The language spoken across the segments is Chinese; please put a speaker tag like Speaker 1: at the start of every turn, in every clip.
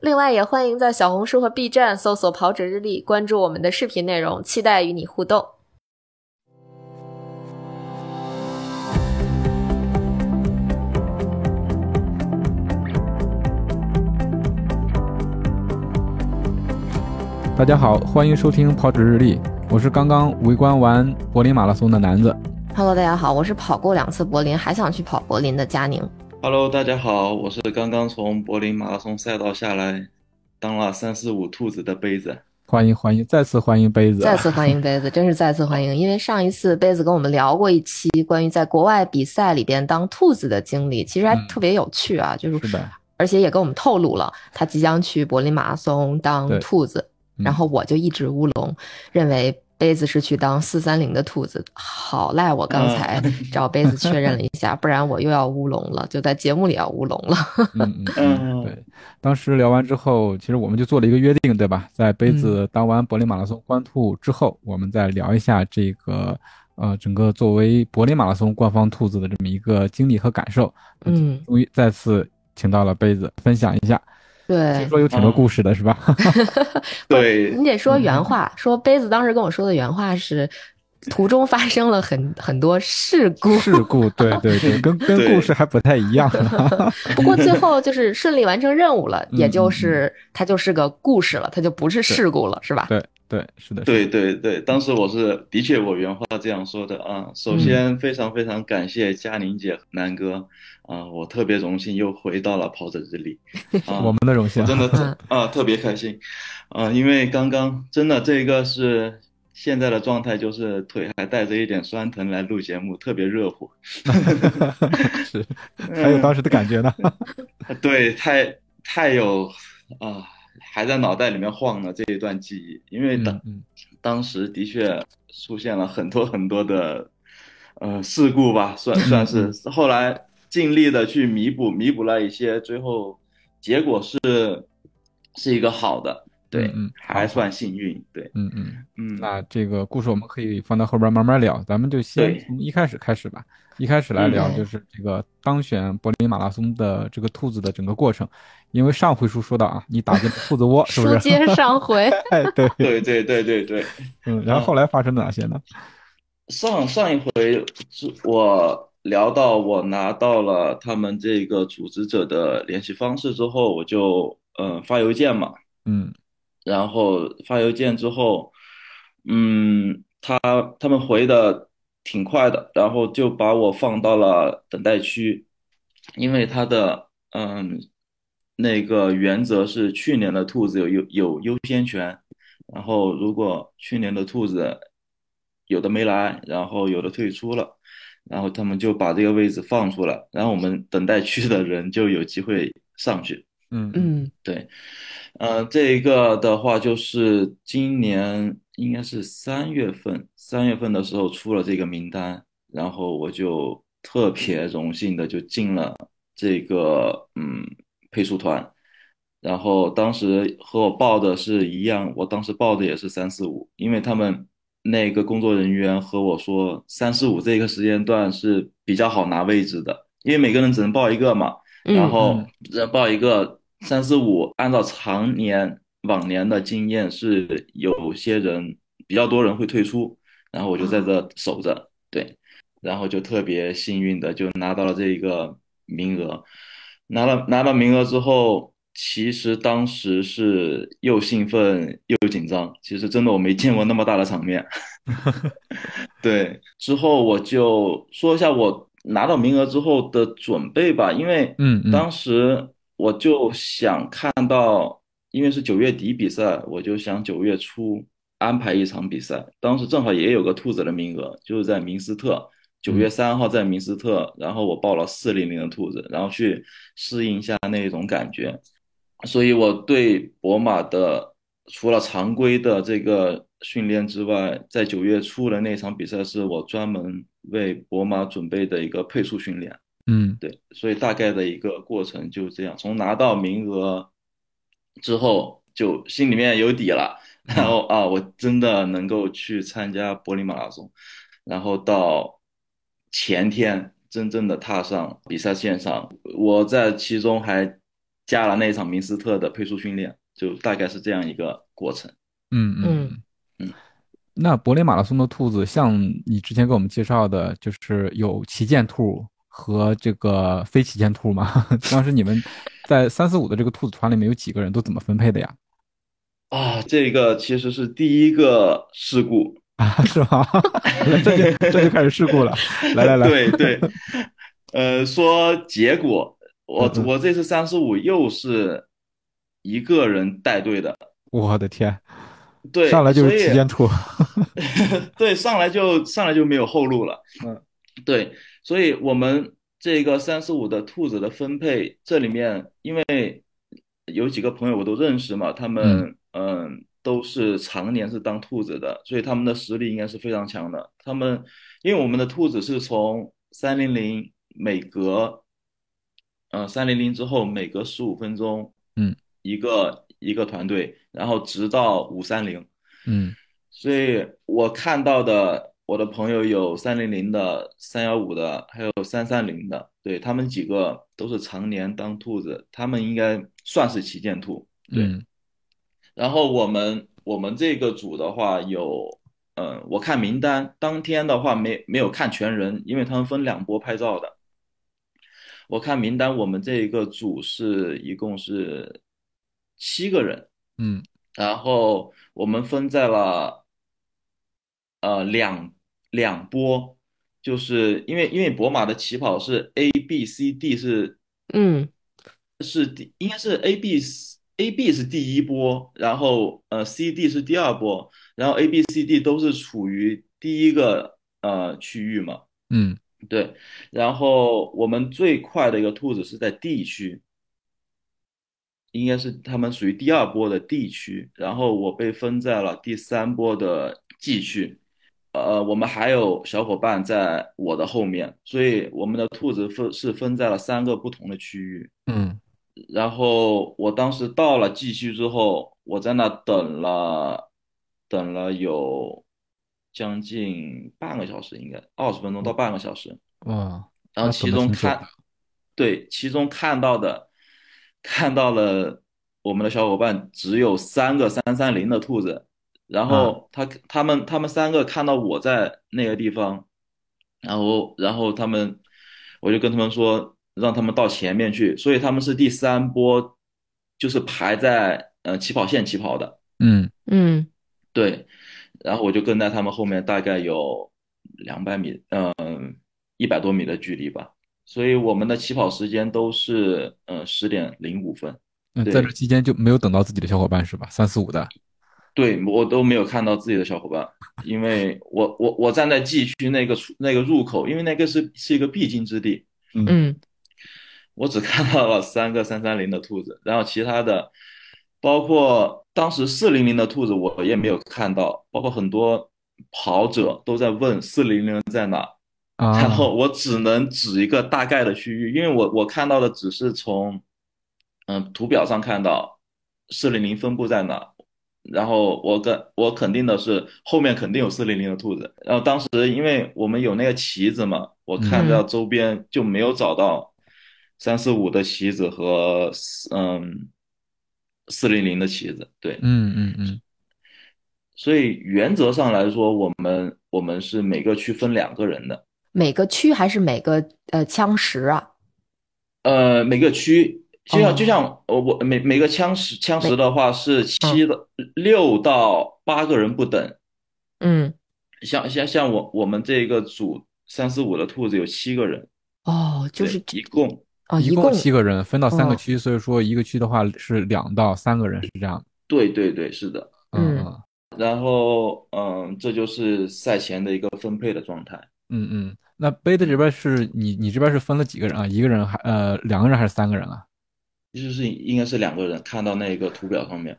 Speaker 1: 另外，也欢迎在小红书和 B 站搜索“跑者日历”，关注我们的视频内容，期待与你互动。
Speaker 2: 大家好，欢迎收听跑者日历，我是刚刚围观完柏林马拉松的男子。
Speaker 1: Hello，大家好，我是跑过两次柏林，还想去跑柏林的佳宁。
Speaker 3: Hello，大家好，我是刚刚从柏林马拉松赛道下来，当了三四五兔子的杯子。
Speaker 2: 欢迎欢迎，再次欢迎杯子。啊
Speaker 1: 再次欢迎杯子，真是再次欢迎！因为上一次杯子跟我们聊过一期关于在国外比赛里边当兔子的经历，其实还
Speaker 2: 嗯
Speaker 1: 特别有趣啊，就是
Speaker 2: 是的，
Speaker 1: 而且也跟我们透露了他即将去柏林马拉松当
Speaker 2: 对
Speaker 1: 兔子，
Speaker 2: 嗯
Speaker 1: 然后我就一直乌龙，认为杯子是去当四三零的兔子，好赖我刚
Speaker 2: 啊
Speaker 1: 才 找杯子确认了一下，不然我又要乌龙了，就在节目里要乌 龙了。
Speaker 2: 嗯嗯嗯，
Speaker 3: 嗯
Speaker 2: 对。当时聊完之后，其实我们就做了一个约定，对吧？在杯子
Speaker 1: 嗯
Speaker 2: 当完柏林马拉松官兔之后，我们再聊一下这个呃整个作为柏林马拉松官方兔子的这么一个经历和感受。
Speaker 1: 嗯，
Speaker 2: 终于再次请到了杯子分享一下，
Speaker 1: 对嗯
Speaker 2: 听，说有挺多故事的是吧？
Speaker 3: 对，
Speaker 1: 你得说
Speaker 2: 嗯
Speaker 1: 原话，说杯子当时跟我说的原 话是，途中发生了很很多事故，
Speaker 2: 事故，对对 对，跟跟
Speaker 3: 对
Speaker 2: 故事还不太一样呢。
Speaker 1: 不过最后就是顺利完成任务了，
Speaker 2: 嗯
Speaker 1: 也就是它就是个故事了，它就不是事故了，是吧？
Speaker 2: 对对，是的，是的
Speaker 3: 对对对，当时我是的确我原话这样说的啊。首先非常非常感谢佳宁姐和南哥啊，我特别荣幸又回到了跑者日历啊，
Speaker 2: 我们的荣幸
Speaker 3: 我真的
Speaker 1: 嗯
Speaker 3: 特啊特别开心啊，因为刚刚真的这个是现在的状态就是腿还带着一点酸疼来录节目，特别热乎。
Speaker 2: 是，
Speaker 1: 嗯
Speaker 2: 还有当时的感觉呢。
Speaker 3: 对，太太有啊、还在脑袋里面晃呢这一段记忆，因为当
Speaker 2: 嗯嗯
Speaker 3: 当时的确出现了很多很多的呃事故吧， 算算是后来尽力的去弥补，弥补了一些，最后结果是是一个好的，对，
Speaker 2: 嗯嗯
Speaker 3: 还算幸运，对，
Speaker 2: 嗯嗯，
Speaker 3: 嗯，
Speaker 2: 那这个故事我们可以放到后边慢慢聊，咱们就先
Speaker 3: 对
Speaker 2: 从一开始开始吧。一开始来聊
Speaker 1: 嗯
Speaker 2: 就是这个当选柏林马拉松的这个兔子的整个过程，因为上回书说到啊，你打进了兔子窝，是不
Speaker 1: 书
Speaker 2: 是？
Speaker 1: 接上回，
Speaker 2: 哎，对，
Speaker 3: 对对对对对。
Speaker 2: 嗯，然后后来发生了哪些呢？
Speaker 3: 上上一回是我聊到我拿到了他们这个组织者的联系方式之后，我就嗯、呃发邮件嘛，
Speaker 2: 嗯
Speaker 3: 然后发邮件之后，嗯，他他们回的挺快的，然后就把我放到了等待区，因为他的嗯那个原则是去年的兔子有有有优先权，然后如果去年的兔子有的没来，然后有的退出了。然后他们就把这个位置放出来，然后我们等待区的人就有机会上去。
Speaker 2: 嗯嗯
Speaker 1: 嗯
Speaker 3: 对，呃，这一个的话就是今年应该是三月份，三月份的时候出了这个名单，然后我就特别荣幸的就进了这个嗯配速团，然后当时和我报的是一样，我当时报的也是三四五，因为他们那个工作人员和我说三四五这个时间段是比较好拿位置的，因为每个人只能报一个嘛。然
Speaker 1: 嗯
Speaker 3: 后
Speaker 2: 嗯
Speaker 3: 再报一个三四五，按照常年往年的经验是有些人比较多人会退出，然后我就在这守着，对，然后就特别幸运的就拿到了这一个名额，拿了拿到名额之后，其实当时是又兴奋又紧张，其实真的我没见过那么大的场面。对，之后我就说一下我拿到名额之后的准备吧，因为
Speaker 2: 嗯嗯
Speaker 3: 当时我就想看到，因为是九月底比赛，我就想九月初安排一场比赛。当时正好也有个兔子的名额，就是在明斯特，九
Speaker 2: 嗯
Speaker 3: 月三号在明斯特，然后我报了四零零的兔子，然后去适应一下那种感觉。所以我对博马的除了常规的这个训练之外，在九月初的那场比赛是我专门为博马准备的一个配速训练。
Speaker 2: 嗯
Speaker 3: 对，所以大概的一个过程就是这样，从拿到名额之后就心里面有底了，然后啊，我真的能够去参加柏林马拉松，然后到前天真正的踏上比赛线上，我在其中还加了那一场明斯特的配速训练，就大概是这样一个过程。
Speaker 2: 嗯
Speaker 1: 嗯
Speaker 2: 嗯
Speaker 3: 嗯。
Speaker 2: 那柏林马拉松的兔子，像你之前给我们介绍的，就是有旗舰兔和这个非旗舰兔吗？ 当时你们在三四五的这个兔子团里面有几个人，都怎么分配的呀？
Speaker 3: 啊，这个其实是第一个事故，
Speaker 2: 啊，是吗？ 这就这就开始事 故了。来来来，
Speaker 3: 对对， 呃，说结果，我
Speaker 2: 嗯嗯
Speaker 3: 我这次三十五又是一个人带队的，
Speaker 2: 我的天，
Speaker 3: 对，
Speaker 2: 上来就
Speaker 3: 所
Speaker 2: 是
Speaker 3: 以
Speaker 2: 旗舰兔。
Speaker 3: 对，上来就上来就没有后路了。
Speaker 2: 嗯，
Speaker 3: 对，所以我们这个三十五的兔子的分配，这里面因为有几个朋友我都认识嘛，他们嗯都是常年是当兔子的，所以他们的实力应该是非常强的。他们因为我们的兔子是从三零零每隔呃三零零之后每隔十五分钟，
Speaker 2: 嗯，
Speaker 3: 一个一个团队，然后直到五三零。
Speaker 2: 嗯
Speaker 3: 所以我看到的，我的朋友有三零零的、三幺五的，还有三三零的，对，他们几个都是常年当兔子，他们应该算是旗舰兔。对，
Speaker 2: 嗯
Speaker 3: 然后我们我们这个组的话有，嗯，我看名单，当天的话没没有看全人，因为他们分两波拍照的。我看名单，我们这一个组是一共是七个人。
Speaker 2: 嗯
Speaker 3: 然后我们分在了呃两两波，就是因为因为博马的起跑是 A B C D 是
Speaker 1: 嗯
Speaker 3: 是第应该是 A B A B 是第一波，然后呃 C D 是第二波，然后 A B C D 都是处于第一个呃区域嘛，
Speaker 2: 嗯
Speaker 3: 对，然后我们最快的一个兔子是在 D 区，应该是他们属于第二波的 D 区，然后我被分在了第三波的 G 区，呃，我们还有小伙伴在我的后面，所以我们的兔子分是分在了三个不同的区域。
Speaker 2: 嗯
Speaker 3: 然后我当时到了 G 区之后，我在那等了，等了有将近半个小时，应该二十分钟到半个小时。
Speaker 2: 哇，
Speaker 3: 然后
Speaker 2: 那
Speaker 3: 其
Speaker 2: 等得
Speaker 3: 中
Speaker 2: 挺久
Speaker 3: 看，
Speaker 2: 的。
Speaker 3: 对，其中看到的，看到了我们的小伙伴只有三个三三零的兔子，然后他他们他们三个看到我在那个地方，然后然后他们，我就跟他们说让他们到前面去，所以他们是第三波，就是排在呃起跑线起跑的，
Speaker 2: 嗯
Speaker 1: 嗯
Speaker 3: 对，然后我就跟在他们后面大概有两百米，嗯，一百多米的距离吧。所以我们的起跑时间都是嗯十点零五分。
Speaker 2: 嗯，
Speaker 3: 对
Speaker 2: 在这期间就没有等到自己的小伙伴是吧？三四五的。
Speaker 3: 对，我都没有看到自己的小伙伴，因为我我我站在 G 区那个出那个入口，因为那个是是一个必经之地，
Speaker 1: 嗯
Speaker 3: 我只看到了三个三三零的兔子，然后其他的，包括当时四零零的兔子我也没有看到，包括很多跑者都在问四零零在哪，
Speaker 2: 啊，
Speaker 3: 然后我只能指一个大概的区域，因为我我看到的只是从，嗯，图表上看到四零零分布在哪，然后我跟我肯定的是后面肯定有四零零的兔子，然后当时因为我们有那个旗子嘛，我看
Speaker 2: 嗯
Speaker 3: 到周边就没有找到三四五的旗子和嗯四零零的旗子，对，
Speaker 2: 嗯嗯嗯
Speaker 3: 所以原则上来说，我们我们是每个区分两个人的。
Speaker 1: 每个区还是每个呃枪石啊？
Speaker 3: 呃，每个区就
Speaker 1: 哦
Speaker 3: 像就像呃我每每个枪石枪石的话是七的六到八个人不等，
Speaker 1: 嗯
Speaker 3: 像像像我我们这个组三四五的兔子有七个人，
Speaker 1: 哦，就
Speaker 3: 对
Speaker 1: 是这
Speaker 3: 一共
Speaker 1: 哦，
Speaker 2: 一
Speaker 1: 一共
Speaker 2: 七个人分到三个
Speaker 1: 嗯
Speaker 2: 区，所以说一个区的话是两到三个人是这样的。
Speaker 3: 对对对是的，
Speaker 1: 嗯
Speaker 2: 嗯
Speaker 3: 然后嗯这就是赛前的一个分配的状态，
Speaker 2: 嗯嗯。那杯子这边是你你这边是分了几个人啊？一个人还呃两个人还是三个人啊？
Speaker 3: 其实是应该是两个人看到那个图表上面，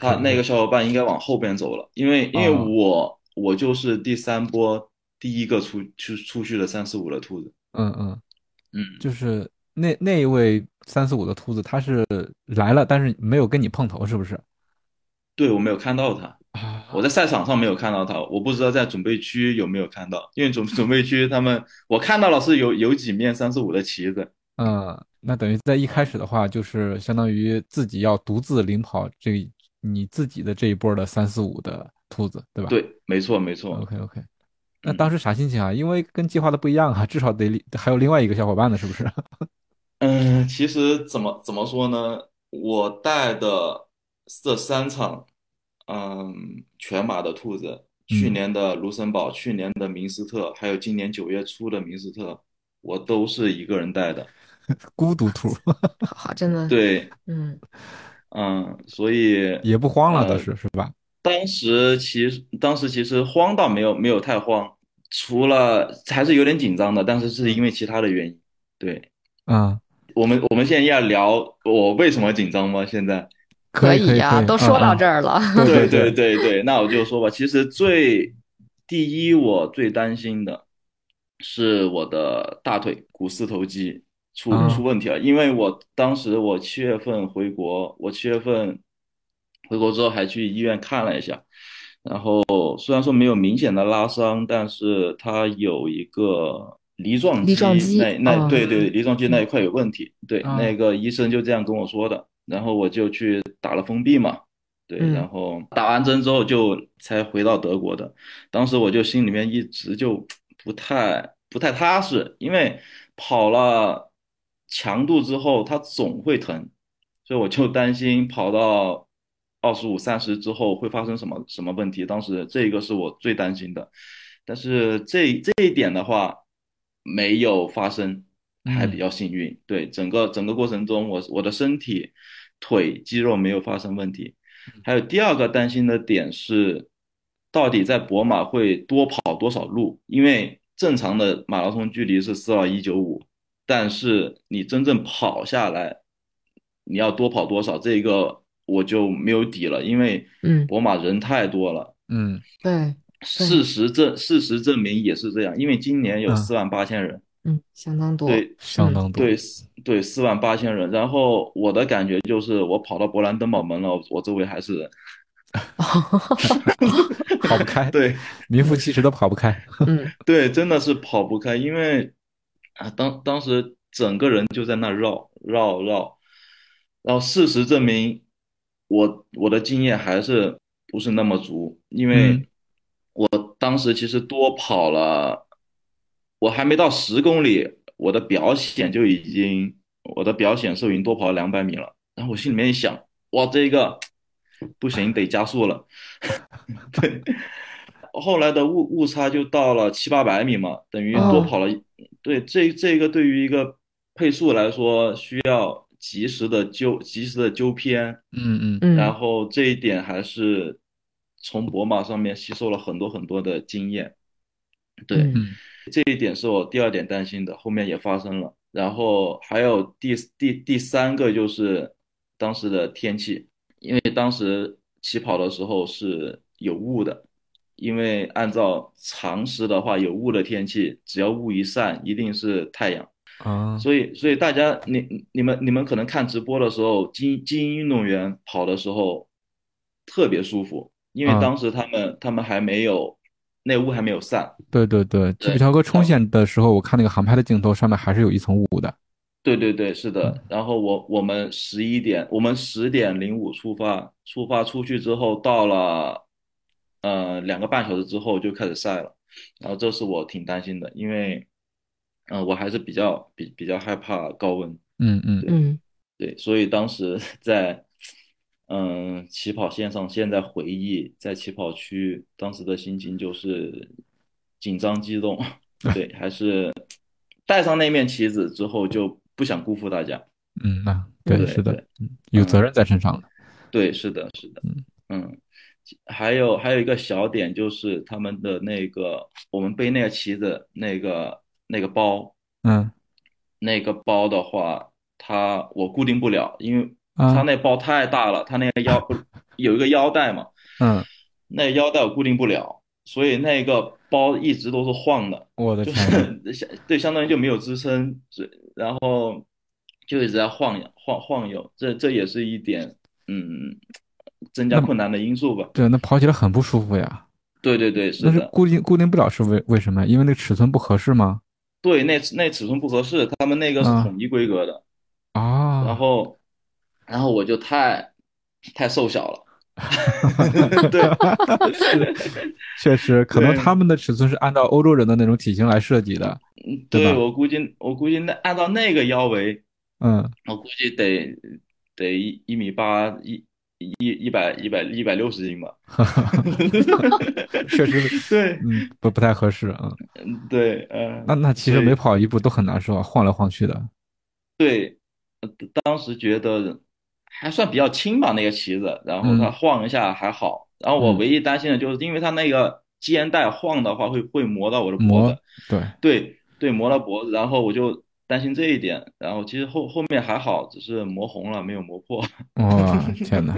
Speaker 3: 他啊那个小伙伴应该往后边走了，因为因为
Speaker 2: 哦
Speaker 3: 我我就是第三波第一个出出出去的三四五的兔子，
Speaker 2: 嗯嗯，
Speaker 3: 嗯，
Speaker 2: 就是那那一位三四五的秃子，他是来了，但是没有跟你碰头，是不是？
Speaker 3: 对我没有看到他，
Speaker 2: 啊
Speaker 3: 我在赛场上没有看到他，我不知道在准备区有没有看到，因为准准备区他们我看到了是有有几面三四五的旗子，
Speaker 2: 嗯，那等于在一开始的话，就是相当于自己要独自领跑这一你自己的这一波的三四五的兔子，对吧？
Speaker 3: 对，没错没错，
Speaker 2: 啊
Speaker 3: 嗯
Speaker 2: ，OK OK。那当时啥心情啊？因为跟计划的不一样啊，至少得另还有另外一个小伙伴呢，是不是？
Speaker 3: 嗯，其实怎么怎么说呢？我带的这三场，嗯，全马的兔子，去
Speaker 2: 嗯
Speaker 3: 年的卢森堡，去年的明斯特，还有今年九月初的明斯特，我都是一个人带的。
Speaker 2: 孤独兔
Speaker 1: 好好，真的，
Speaker 3: 对，
Speaker 1: 嗯，
Speaker 3: 嗯，所以
Speaker 2: 也不慌了，倒
Speaker 3: 呃
Speaker 2: 是是吧？
Speaker 3: 当时其实当时其实慌倒没有没有太慌，除了还是有点紧张的，但是是因为其他的原因。对，
Speaker 2: 嗯，
Speaker 3: 我们我们现在要聊我为什么紧张吗？现在？
Speaker 2: 可以
Speaker 1: 以呀，
Speaker 2: 可以
Speaker 1: 都说到
Speaker 2: 嗯
Speaker 1: 这儿了，
Speaker 2: 对
Speaker 3: 对
Speaker 2: 对
Speaker 3: 对对，那我就说吧，其实最第一，我最担心的是我的大腿股四头肌出
Speaker 2: 嗯
Speaker 3: 出问题了，因为我当时我七月份回国，我七月份回国之后还去医院看了一下，然后虽然说没有明显的拉伤，但是它有一个梨状
Speaker 1: 梨状肌
Speaker 3: 那那
Speaker 1: 哦
Speaker 3: 对对梨状肌那一块有问题，对，
Speaker 2: 嗯
Speaker 3: 那个医生就这样跟我说的，然后我就去打了封闭嘛。对，
Speaker 1: 嗯
Speaker 3: 然后打完针之后就才回到德国的。当时我就心里面一直就不太不太踏实，因为跑了强度之后它总会疼，所以我就担心跑到二十五、三十之后会发生什么什么问题。当时这个是我最担心的，但是这这一点的话没有发生，还比
Speaker 2: 嗯
Speaker 3: 较幸运。对，整个整个过程中我我的身体。腿肌肉没有发生问题，还有第二个担心的点是，到底在博马会多跑多少路？因为正常的马拉松距离是四二一九五，但是你真正跑下来，你要多跑多少，这个我就没有底了，因为
Speaker 1: 嗯
Speaker 3: 博马人太多了。
Speaker 2: 嗯
Speaker 1: 对，
Speaker 3: 事实证事实证明也是这样，因为今年有
Speaker 2: 嗯
Speaker 3: 四万八千人，
Speaker 1: 嗯，相当多，
Speaker 3: 对，
Speaker 1: 嗯
Speaker 2: 相当多
Speaker 3: 对，四对，四万八千人。然后我的感觉就是，我跑到勃兰登堡门了，我周围还是人。
Speaker 2: 跑不开，
Speaker 3: 对，
Speaker 2: 名副其实的跑不 开。
Speaker 1: 嗯，
Speaker 3: 对，真的是跑不开，因为啊，当当时整个人就在那绕绕绕，然后事实证明我我的经验还是不是那么足，因
Speaker 2: 嗯
Speaker 3: 为我当时其实多跑了，我还没到十公里，我的表显就已经我的表显是已经多跑了两百米了，然后我心里面一想，哇，这个不行，得加速了。 对，后来的误误差就到了七八百米嘛，等于多
Speaker 1: 哦
Speaker 3: 跑了一。对，这这个对于一个配速来说，需要及时的纠及时的纠偏，
Speaker 2: 嗯嗯
Speaker 1: 嗯
Speaker 3: 然后这一点还是从博马上面吸收了很多很多的经验。对，
Speaker 1: 嗯
Speaker 2: 嗯
Speaker 3: 这一点是我第二点担心的，后面也发生了。然后还有第第第三个就是当时的天气，因为当时起跑的时候是有雾的，因为按照常识的话，有雾的天气，只要雾一散，一定是太阳。
Speaker 1: 嗯
Speaker 2: 啊，
Speaker 3: 所以，所以大家，你你们你们可能看直播的时候，精精英运动员跑的时候特别舒服，因为
Speaker 2: 啊
Speaker 3: 当时他们他们还没有内雾还没有散。
Speaker 2: 对对对，吉普乔格冲线的时候，我看那个航拍的镜头上面还是有一层雾的。
Speaker 3: 对对对，是的
Speaker 2: 嗯。
Speaker 3: 然后我我们十一点，我们十点零五出发，出发出去之后，到了呃两个半小时之后就开始晒了。然后这是我挺担心的，因为嗯、呃我还是比较比比较害怕高温。
Speaker 2: 嗯嗯
Speaker 1: 嗯
Speaker 3: 对，所以当时 在嗯起跑线上，现在回忆在起跑区当时的心情就是紧张激动，对，还是带上那面旗子之后就不想辜负大家。
Speaker 2: 嗯，那对
Speaker 3: 对
Speaker 2: 是的
Speaker 3: 对，
Speaker 2: 嗯有责任在身上的。
Speaker 3: 对，是的，是的，
Speaker 2: 嗯
Speaker 3: 嗯，还有还有一个小点就是他们的那个我们背那个旗子那个那个包，
Speaker 2: 嗯
Speaker 3: 那个包的话，它我固定不了，因为
Speaker 2: 啊
Speaker 3: 它那包太大了，它那个腰有一个腰带嘛，
Speaker 2: 嗯，
Speaker 3: 那个腰带我固定不了，所以那个包一直都是晃的，
Speaker 2: 我的
Speaker 3: 就
Speaker 2: 天呐，
Speaker 3: 是相对相当于就没有支撑，所以然后就一直在晃悠晃晃悠，这这也是一点嗯增加
Speaker 2: 那
Speaker 3: 困难的因素吧。
Speaker 2: 对，那跑起来很不舒服呀。
Speaker 3: 对对对，是
Speaker 2: 那是
Speaker 3: 的，
Speaker 2: 固定固定不了，是为为什么呀？因为那个尺寸不合适吗？
Speaker 3: 对那那尺寸不合适，他们那个是
Speaker 2: 啊
Speaker 3: 统一规格的，
Speaker 2: 啊，
Speaker 3: 然后然后我就太太瘦小了，对，
Speaker 2: 确实，可能
Speaker 3: 对
Speaker 2: 他们的尺寸是按照欧洲人的那种体型来设计的。对
Speaker 3: 嗯对
Speaker 2: 吧
Speaker 3: 我估计我估计那按照那个腰围，
Speaker 2: 嗯，
Speaker 3: 我估计得得一一米八一一一百一百一百六十斤吧，
Speaker 2: 确实，
Speaker 3: 对
Speaker 2: 嗯，不不太合适啊。嗯
Speaker 3: 嗯对，嗯、
Speaker 2: 那那其实
Speaker 3: 对
Speaker 2: 每跑一步都很难受啊，晃来晃去的。
Speaker 3: 对，呃当时觉得还算比较轻吧，那个旗子，然后它
Speaker 2: 嗯
Speaker 3: 晃一下还好。然后我
Speaker 2: 嗯
Speaker 3: 唯一担心的就是，因为它那个肩带晃的话会会磨到我的脖
Speaker 2: 磨
Speaker 3: 子，
Speaker 2: 对，
Speaker 3: 对对，磨到脖子，然后我就担心这一点。然后其实后后面还好，只是磨红了，没有磨破。
Speaker 2: 哇，天哪，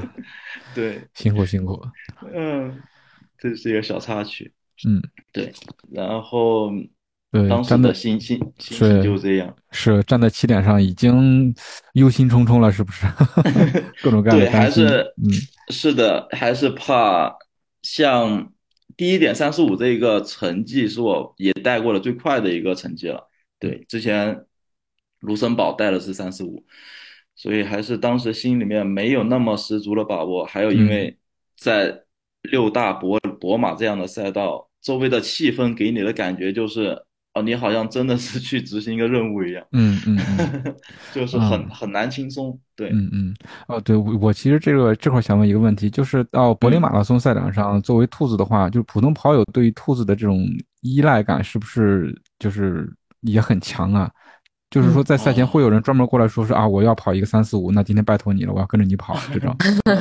Speaker 3: 对，
Speaker 2: 辛苦辛苦。
Speaker 3: 嗯， 这是一个小插曲。
Speaker 2: 嗯，
Speaker 3: 对，然后
Speaker 2: 对，
Speaker 3: 当时
Speaker 2: 咱
Speaker 3: 的
Speaker 2: 们
Speaker 3: 心心心
Speaker 2: 是
Speaker 3: 情就这样。
Speaker 2: 是站在起点上已经忧心忡忡了，是不是？ 各种各样
Speaker 3: 对，
Speaker 2: 的
Speaker 3: 还
Speaker 2: 担心。
Speaker 3: 是
Speaker 2: 嗯，
Speaker 3: 是的，还是怕像第一点三四五这一个成绩是我也带过的最快的一个成绩了。对，之前卢森堡带的是三四五，所以还是当时心里面没有那么十足的把握。还有
Speaker 2: 嗯
Speaker 3: 因为在六大博博马这样的赛道，周围的气氛给你的感觉就是，哦，你好像真的是去执行一个任务一样，
Speaker 2: 嗯嗯嗯。
Speaker 3: 就是很
Speaker 2: 嗯
Speaker 3: 很难轻松。对，
Speaker 2: 嗯嗯，哦，对，我我其实这个这块儿想问一个问题，就是到柏林
Speaker 3: 嗯
Speaker 2: 马拉松赛场上，作为兔子的话，就是普通跑友对于兔子的这种依赖感，是不是就是也很强啊？就是说，在赛前
Speaker 3: 哦
Speaker 2: 会有人专门过来说是啊，我要跑一个三四五，那今天拜托你了，我要跟着你跑这 种。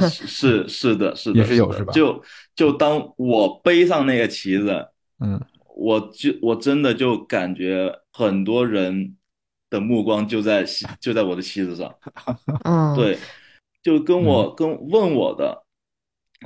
Speaker 3: 是是的，是的，
Speaker 2: 也是有
Speaker 3: 的
Speaker 2: 是吧
Speaker 3: 就就当我背上那个旗子，
Speaker 2: 嗯，
Speaker 3: 我就我真的就感觉很多人的目光就在旗就在我的旗子上，
Speaker 1: 嗯，
Speaker 3: 对，就跟
Speaker 2: 嗯
Speaker 3: 我跟问我的，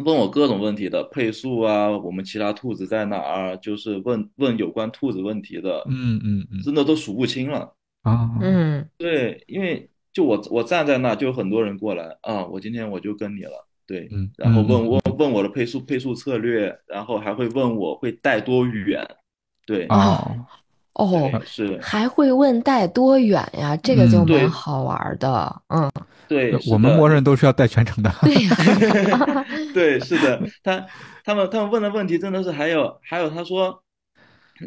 Speaker 3: 问我各种问题的配速啊，我们其他兔子在哪儿啊，就是问问有关兔子问题的，
Speaker 2: 嗯嗯嗯
Speaker 3: 真的都数不清了。
Speaker 2: 啊，
Speaker 1: 嗯，
Speaker 3: 对，因为就我我站在那，就有很多人过来啊，我今天我就跟你了，对，
Speaker 2: 嗯
Speaker 3: 然后问
Speaker 2: 嗯
Speaker 3: 问问我的配速配速策略，然后还会问我会带多远，对，
Speaker 2: 哦，
Speaker 1: 哦，
Speaker 3: 对，是，
Speaker 1: 还会问带多远呀？这个就
Speaker 2: 嗯
Speaker 3: 对
Speaker 1: 蛮好玩的。嗯，
Speaker 3: 对，
Speaker 2: 呃我们
Speaker 3: 是的
Speaker 2: 默认都是要带全程的。
Speaker 1: 对呀，
Speaker 3: 对，是的，他他们他们问的问题真的是还有还有，他说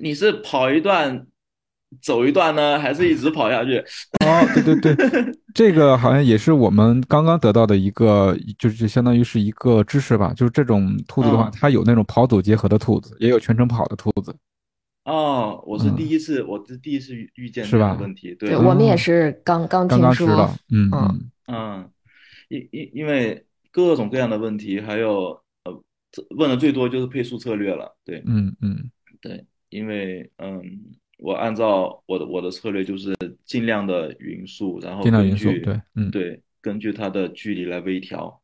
Speaker 3: 你是跑一段走一段呢，还是一直跑下去？
Speaker 2: 哦，对对对，这个好像也是我们刚刚得到的一个，就是就相当于是一个知识吧。就是这种兔子的话，
Speaker 3: 嗯
Speaker 2: 它有那种跑走结合的兔子，也有全程跑的兔子。
Speaker 3: 哦，我是
Speaker 2: 嗯
Speaker 3: 第一次，我是第一次遇遇见
Speaker 2: 是
Speaker 3: 这样
Speaker 2: 吧
Speaker 3: 的问题，对
Speaker 1: 对，我们也
Speaker 2: 哦
Speaker 1: 是刚刚
Speaker 2: 刚
Speaker 1: 听
Speaker 2: 刚知
Speaker 1: 说
Speaker 2: 道，，嗯
Speaker 1: 嗯
Speaker 2: 嗯
Speaker 3: 嗯，因因因为各种各样的问题，还有呃，这问的最多就是配速策略了。对
Speaker 2: 嗯嗯
Speaker 3: 对，因为嗯，我按照我的我的策略就是尽量的匀速，然后
Speaker 2: 尽量
Speaker 3: 根
Speaker 2: 匀速
Speaker 3: 据
Speaker 2: 哦对嗯
Speaker 3: 对根据它的距离来微调。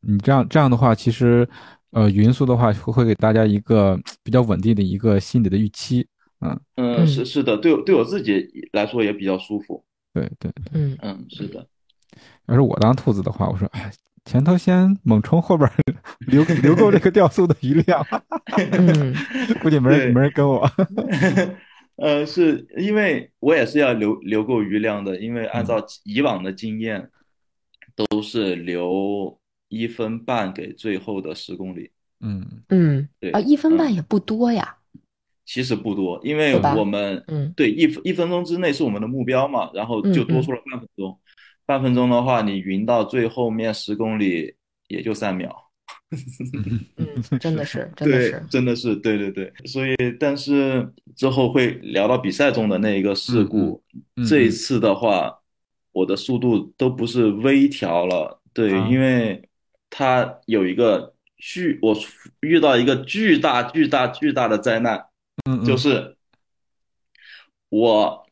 Speaker 2: 你这样这样的话，其实呃，匀速的话会会给大家一个比较稳定的一个心理的预期。
Speaker 3: 嗯，
Speaker 1: 嗯
Speaker 3: 是是的，对我对我自己来说也比较舒服。
Speaker 2: 对对，
Speaker 1: 嗯，
Speaker 3: 嗯，是的，
Speaker 2: 要是我当兔子的话，我说哎，前头先猛冲，后边 儿留留够这个掉速的余 量，
Speaker 1: 嗯，
Speaker 2: 估计没人
Speaker 3: 对
Speaker 2: 没人跟我。
Speaker 3: 呃，是因为我也是要留留够余量的，因为
Speaker 2: 嗯
Speaker 3: 按照以往的经验，都是留一分半给最后的十公里。
Speaker 2: 嗯
Speaker 1: 嗯，
Speaker 3: 对
Speaker 1: 啊，一分半
Speaker 3: 嗯
Speaker 1: 也不多呀。
Speaker 3: 其实不多，因为
Speaker 1: 对吧
Speaker 3: 我们
Speaker 1: 嗯
Speaker 3: 对一分一分钟之内是我们的目标嘛，然后
Speaker 1: 嗯
Speaker 3: 就多
Speaker 1: 嗯
Speaker 3: 出了半分钟。半分钟的话，你匀到最后面十公里也就三秒。
Speaker 1: 嗯，真的是，真的
Speaker 3: 对，
Speaker 1: 是，
Speaker 3: 真的是，对对对，所以但是之后会聊到比赛中的那一个事故，
Speaker 2: 嗯
Speaker 3: 这一
Speaker 2: 嗯
Speaker 3: 次的话，我的速度都不是微调了，对，
Speaker 2: 啊
Speaker 3: 因为它有一个巨，我遇到一个巨大巨大巨大的灾难，
Speaker 2: 嗯嗯，
Speaker 3: 就是我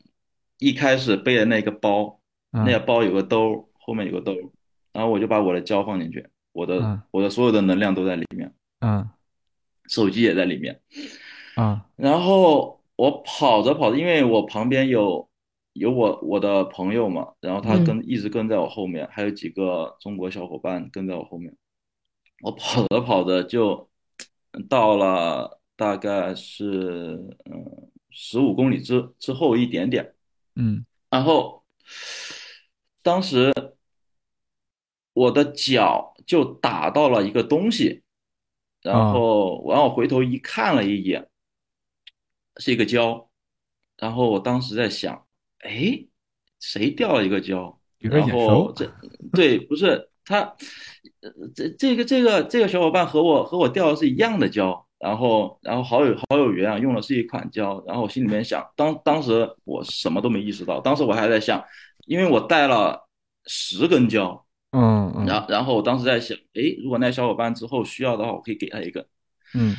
Speaker 3: 一开始背的那个包，那
Speaker 2: 嗯
Speaker 3: 个包有个兜儿，后面有个兜儿，然后我就把我的胶放进去，我的、
Speaker 2: 嗯
Speaker 3: 我的所有的能量都在里面，
Speaker 2: 嗯
Speaker 3: 手机也在里面。
Speaker 2: 啊
Speaker 3: 然后我跑着跑着，因为我旁边有有我我的朋友嘛，然后他
Speaker 1: 嗯
Speaker 3: 跟一直跟在我后面，还有几个中国小伙伴跟在我后面。我跑着跑着就到了大概是嗯十五公里之之后一点点，
Speaker 2: 嗯
Speaker 3: 然后当时我的脚就打到了一个东西，然
Speaker 2: 啊
Speaker 3: 后我让我回头一看了一眼，是一个胶，然后我当时在想，哎，谁掉了一个胶？
Speaker 2: 有点
Speaker 3: 然
Speaker 2: 眼
Speaker 3: 后
Speaker 2: 熟
Speaker 3: 这对，不是他，呃这这个这个这个小伙伴和我和我掉的是一样的胶，然后然后好有好有缘啊，用的是一款胶，然后我心里面想，当当时我什么都没意识到，当时我还在想，因为我带了十根胶，
Speaker 2: 嗯嗯
Speaker 3: 然然后我当时在想，诶，如果那小伙伴之后需要的话，我可以给他一根，
Speaker 2: 嗯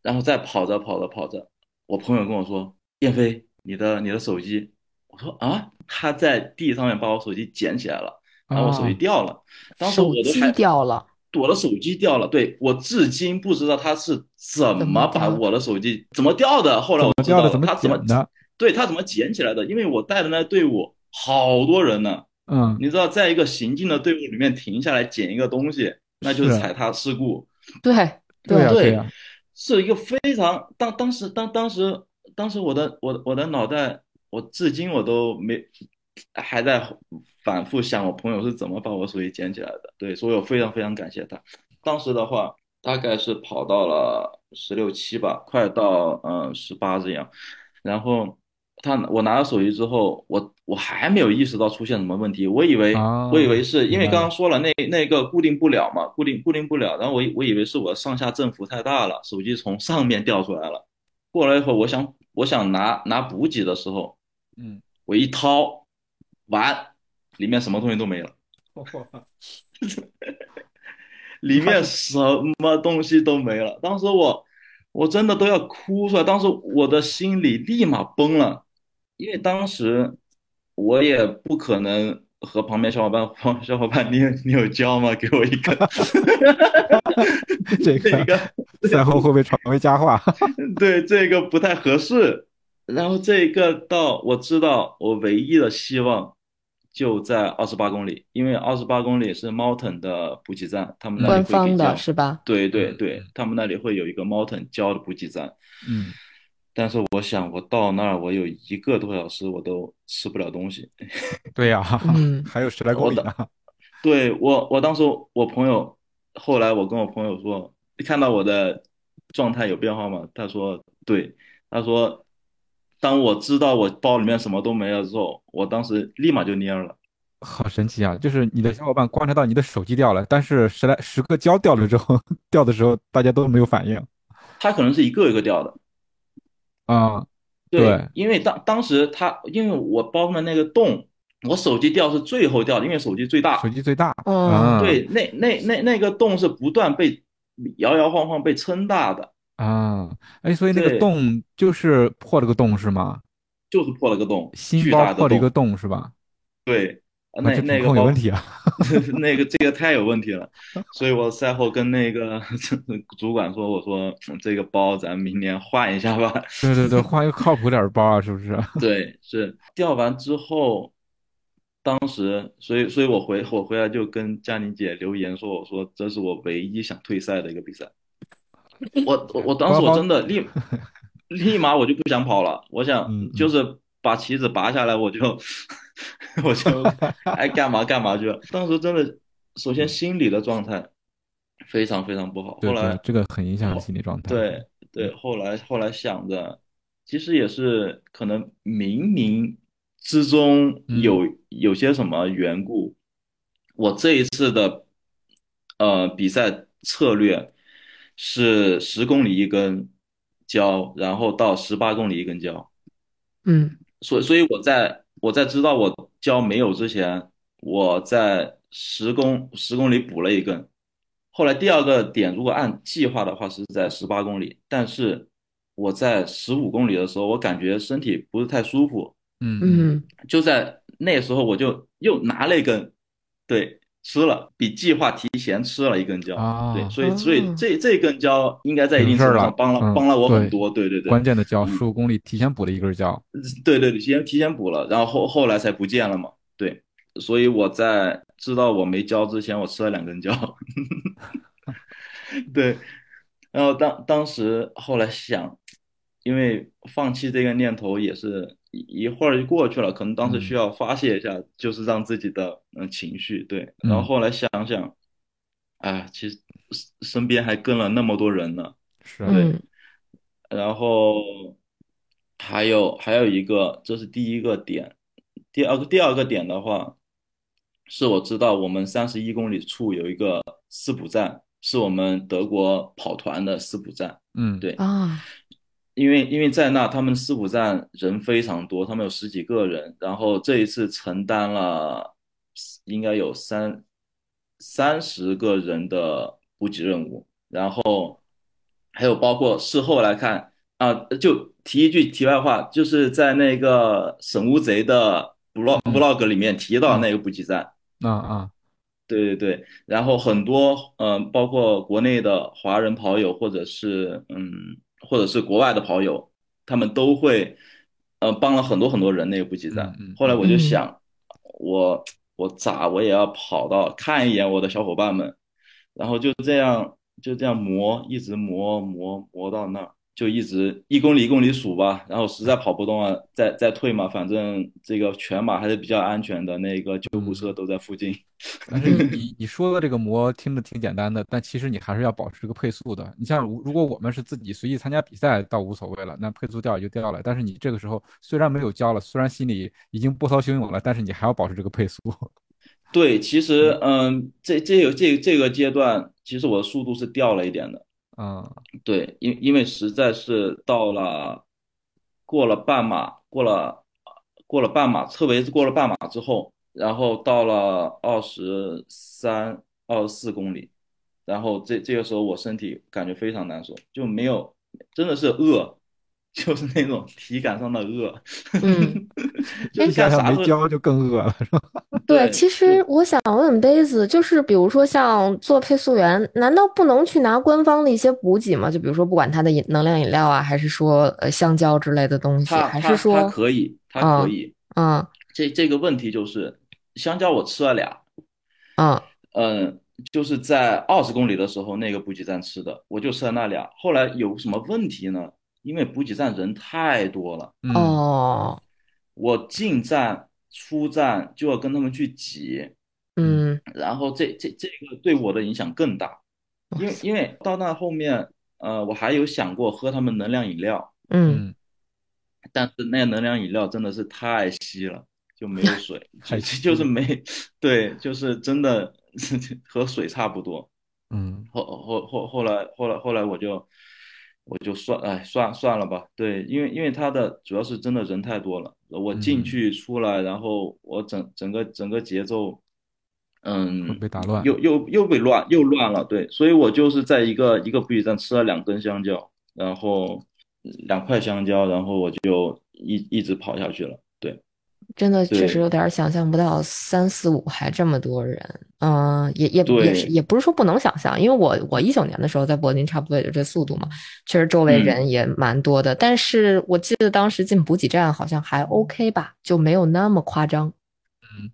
Speaker 3: 然后再跑着跑着跑着，我朋友跟我说，燕飞，你的你的手机，我说啊，他在地上面把我手机捡起来了，然后我手机
Speaker 2: 啊
Speaker 3: 掉了，当时
Speaker 1: 手
Speaker 3: 我都
Speaker 1: 机
Speaker 3: 还。
Speaker 1: 掉了，
Speaker 3: 我的手机掉了，对，我至今不知道他是
Speaker 1: 怎
Speaker 3: 怎么
Speaker 1: 么
Speaker 3: 把
Speaker 1: 掉的
Speaker 3: 我的手机怎么掉的。后来我知
Speaker 2: 掉
Speaker 3: 道
Speaker 2: 的
Speaker 3: 了，
Speaker 2: 怎么
Speaker 3: 他怎么
Speaker 2: 捡的
Speaker 3: 对他怎么捡起来的，因为我带的那队伍好多人呢，
Speaker 2: 嗯
Speaker 3: 你知道，在一个行进的队伍里面停下来捡一个东西，那就是
Speaker 2: 是啊
Speaker 3: 踩踏事故。
Speaker 1: 对
Speaker 2: 对呀
Speaker 3: 对
Speaker 2: 对啊呀
Speaker 3: 是一个非常当当时当当时当时我的我的我的脑袋，我至今我都没还在反复想我朋友是怎么把我手机捡起来的。对，所以我非常非常感谢他。当时的话，大概是跑到了十六七吧，快到嗯十八这样。然后他我拿了手机之后，我我还没有意识到出现什么问题，我以为
Speaker 2: 啊
Speaker 3: 我以为 是因为
Speaker 2: 明白了
Speaker 3: 刚刚说了那那个固定不了嘛，固定固定不了，然后我以我以为是我上下振幅太大了，手机从上面掉出来了。过了一会儿，我想我想拿拿补给的时候，
Speaker 2: 嗯，
Speaker 3: 我一掏，完，里面什么东西都没了。 里面 什么东西都没了。当时我，我真的都要哭出来。当时我的心里立马崩了，因为当时我也不可能和旁边小伙伴说，小伙伴，你有你有胶吗？给我一个，
Speaker 2: 这
Speaker 3: 这
Speaker 2: 个
Speaker 3: 个，嗯
Speaker 2: 赛后会不会成为佳话？
Speaker 3: 对，这个不太合适。然后这个到我知道，我唯一的希望就在二十八公里，因为二十八公里是 Mountain 的补给站，他们那
Speaker 1: 官
Speaker 3: 里会给
Speaker 1: 方的
Speaker 3: 胶。
Speaker 1: 是吧？
Speaker 3: 对对
Speaker 2: 嗯
Speaker 3: 对
Speaker 2: 嗯，
Speaker 3: 他们那里会有一个 Mountain 胶的补给站。
Speaker 2: 嗯
Speaker 3: 我想，我到那儿，我有一个多小时，我都吃不了东西。
Speaker 2: 对呀
Speaker 3: 啊
Speaker 1: 嗯
Speaker 2: 还有十来公里啊呢
Speaker 3: 对，我，我当时我朋友，后来我跟我朋友说，你看到我的状态有变化吗？他说对，他说，当我知道我包里面什么都没了之后，我当时立马就蔫了。
Speaker 2: 好神奇啊！就是你的小伙伴观察到你的手机掉了，但是十来十个胶掉了之后， 掉的时候大家都没有反应
Speaker 3: 他可能是一个一个掉的。
Speaker 2: 啊。
Speaker 3: 对，
Speaker 2: 对
Speaker 3: 因为当当时他，因为我包的那个洞，我手机掉是最后掉的，因为手机最大。
Speaker 2: 手机最大
Speaker 1: 嗯
Speaker 2: 啊
Speaker 3: 对，那那那那个洞是不断被摇摇晃晃被撑大的，
Speaker 2: 啊，哎，所以那个
Speaker 3: 哦对
Speaker 2: 洞就是破了个洞是吗？
Speaker 3: 就是破了个洞，
Speaker 2: 新
Speaker 3: 巨
Speaker 2: 包
Speaker 3: 大的
Speaker 2: 破了一个
Speaker 3: 洞。
Speaker 2: 洞是吧？
Speaker 3: 对，啊
Speaker 2: 啊
Speaker 3: 那
Speaker 2: 这
Speaker 3: 那
Speaker 2: 品
Speaker 3: 个
Speaker 2: 控有
Speaker 3: 包
Speaker 2: 问题啊！
Speaker 3: 那个这个太有问题了，所以我赛后跟那个 主管说，我说嗯这个包咱明年换一下吧。
Speaker 2: 对对对，换一个靠谱点儿的包啊，是不是？
Speaker 3: 对，是掉完之后，当时，所以所以我回我回来就跟佳宁姐留言说，我说这是我唯一想退赛的一个比赛。我我我当时我真的立立马我就不想跑了，我想
Speaker 2: 嗯嗯
Speaker 3: 就是把旗子拔下 来，我就我就爱干嘛干嘛去了。当时真的，首先心理的状态非常非常不好，
Speaker 2: 嗯对
Speaker 3: 后
Speaker 2: 对
Speaker 3: 来，
Speaker 2: 这个很影响心理状态。嗯
Speaker 3: 对对，后来后来想着，其实也是可能冥冥之中
Speaker 2: 嗯
Speaker 3: 有有些什么缘故，我这一次的呃比赛策略是十公里一根胶，然后到十八公里一根胶，
Speaker 1: 嗯
Speaker 3: 所以所以我在我在知道我胶没有之前，我在十公十公里补了一根。后来第二个点，如果按计划的话是在十八公里，但是我在十五公里的时候，我感觉身体不是太舒服，
Speaker 2: 嗯嗯
Speaker 1: 嗯，
Speaker 3: 就在那时候我就又拿了一根，对，吃了，比计划提前吃了一根胶。
Speaker 2: 啊
Speaker 3: 对，所以所以这这根胶应该在一定
Speaker 2: 省事
Speaker 3: 程
Speaker 2: 儿了
Speaker 3: 度上
Speaker 2: 嗯
Speaker 3: 帮了帮了我很
Speaker 2: 对
Speaker 3: 多。对对对，
Speaker 2: 关键的
Speaker 3: 嗯
Speaker 2: 胶十五公里提前补了一根胶，
Speaker 3: 对对，对提前提前补了，然后后后来才不见了嘛。对，所以我在知道我没胶之前，我吃了两根胶。 对，然后当当时后来想，因为放弃这个念头也是一一会儿就过去了，可能当时需要发泄一下，就是让自己的嗯情绪。对，然后
Speaker 2: 嗯
Speaker 3: 后来想想，哎，其实身身边还跟了那么多人呢。
Speaker 2: 是啊
Speaker 1: 嗯
Speaker 3: 然后还有还有一个，这是第一个点。第二个第二个点的话，是我知道我们三十一公里处有一个私补站，是我们德国跑团的私补站。
Speaker 2: 嗯，
Speaker 3: 对，
Speaker 1: 啊，
Speaker 3: 因为因为在那他们四五站人非常多，他们有十几个人，然后这一次承担了应该有三三十个人的补给任务，然后还有包括事后来看啊、就提一句题外话，就是在那个沈乌贼的 vlog vlog 里面提到那个补给站，
Speaker 2: 啊 啊，
Speaker 3: 对对对，然后很多嗯、呃包括国内的华人跑友，或者是嗯，或者是国外的跑友，他们都会呃帮了很多很多人那个补给站。
Speaker 2: 嗯嗯
Speaker 3: 后来我就
Speaker 1: 嗯
Speaker 3: 想，我我咋我也要跑到看一眼我的小伙伴们，然后就这样就这样磨，一直磨磨磨到那儿，就一直一公里一公里数吧。然后实在跑不动了，再再退嘛，反正这个全马还是比较安全的，那个救护
Speaker 2: 嗯
Speaker 3: 车都在附近。
Speaker 2: 但是你你说的这个膜听着挺简单的，但其实你还是要保持这个配速的。你像如如果我们是自己随意参加比赛，倒无所谓了，那配速掉也就掉了。但是你这个时候虽然没有胶了，虽然心里已经波涛汹涌了，但是你还要保持这个配速。
Speaker 3: 对，其实，嗯，这这个这个这个阶段，其实我的速度是掉了一点的。
Speaker 2: 嗯
Speaker 3: 对，因因为实在是到了过了半马，过了过了半马，特别是过了半马之后，然后到了二十三、二十四公里，然后这这个时候我身体感觉非常难受，就没有，真的是饿， 就是那种体感上的饿，
Speaker 1: 嗯，
Speaker 3: 就是
Speaker 2: 加
Speaker 3: 像
Speaker 2: 上
Speaker 3: 啥
Speaker 2: 哎没
Speaker 3: 时候，
Speaker 2: 胶就更饿了，是吧？
Speaker 3: 对，
Speaker 4: 其实我想问杯子，就是比如说像做配速员，难道不能去拿官方的一些补给吗？就比如说不管它的饮能量饮料啊，还是说呃香蕉之类的东西，
Speaker 3: 他
Speaker 4: 还
Speaker 3: 他
Speaker 4: 是说
Speaker 3: 他可以，他可
Speaker 4: 嗯
Speaker 3: 以。
Speaker 4: 嗯
Speaker 3: 这这个问题就是，香蕉我吃了俩，
Speaker 4: 嗯
Speaker 3: 嗯，就是在二十公里的时候那个补给站吃的，我就吃了那俩。后来有什么问题呢？因为补给站人太多了，
Speaker 2: 嗯，
Speaker 4: 哦
Speaker 3: 我进站出站就要跟他们去挤，
Speaker 4: 嗯
Speaker 3: 然后这这这个对我的影响更大，因为因为到那后面，呃，我还有想过喝他们能量饮料，
Speaker 4: 嗯
Speaker 2: 嗯，
Speaker 3: 但是那个能量饮料真的是太稀了，就没有 水，就
Speaker 2: 太稀
Speaker 3: 就
Speaker 2: 了
Speaker 3: 是没，对，就是真的和水差不多。
Speaker 2: 嗯
Speaker 3: 后后后后来后来后来我就我就算哎算算了吧，对，因为因为他的主要是真的人太多了，我进
Speaker 2: 嗯
Speaker 3: 去出来，然后我整整个整个节奏，
Speaker 2: 会
Speaker 3: 嗯，
Speaker 2: 被打乱。
Speaker 3: 又又又被乱又乱了，对，所以我就是在一个一个补给站吃了两根香蕉，然后两块香蕉，然后我就一一直跑下去了，对，
Speaker 4: 真的确
Speaker 3: 对
Speaker 4: 实有点想象不到三四五还这么多人，嗯，也也
Speaker 3: 对
Speaker 4: 也是也不是说不能想象，因为我我一九年的时候在柏林差不多也就这速度嘛，确实周围
Speaker 3: 嗯
Speaker 4: 人也蛮多的，但是我记得当时进补给站好像还 OK 吧，就没有那么夸张。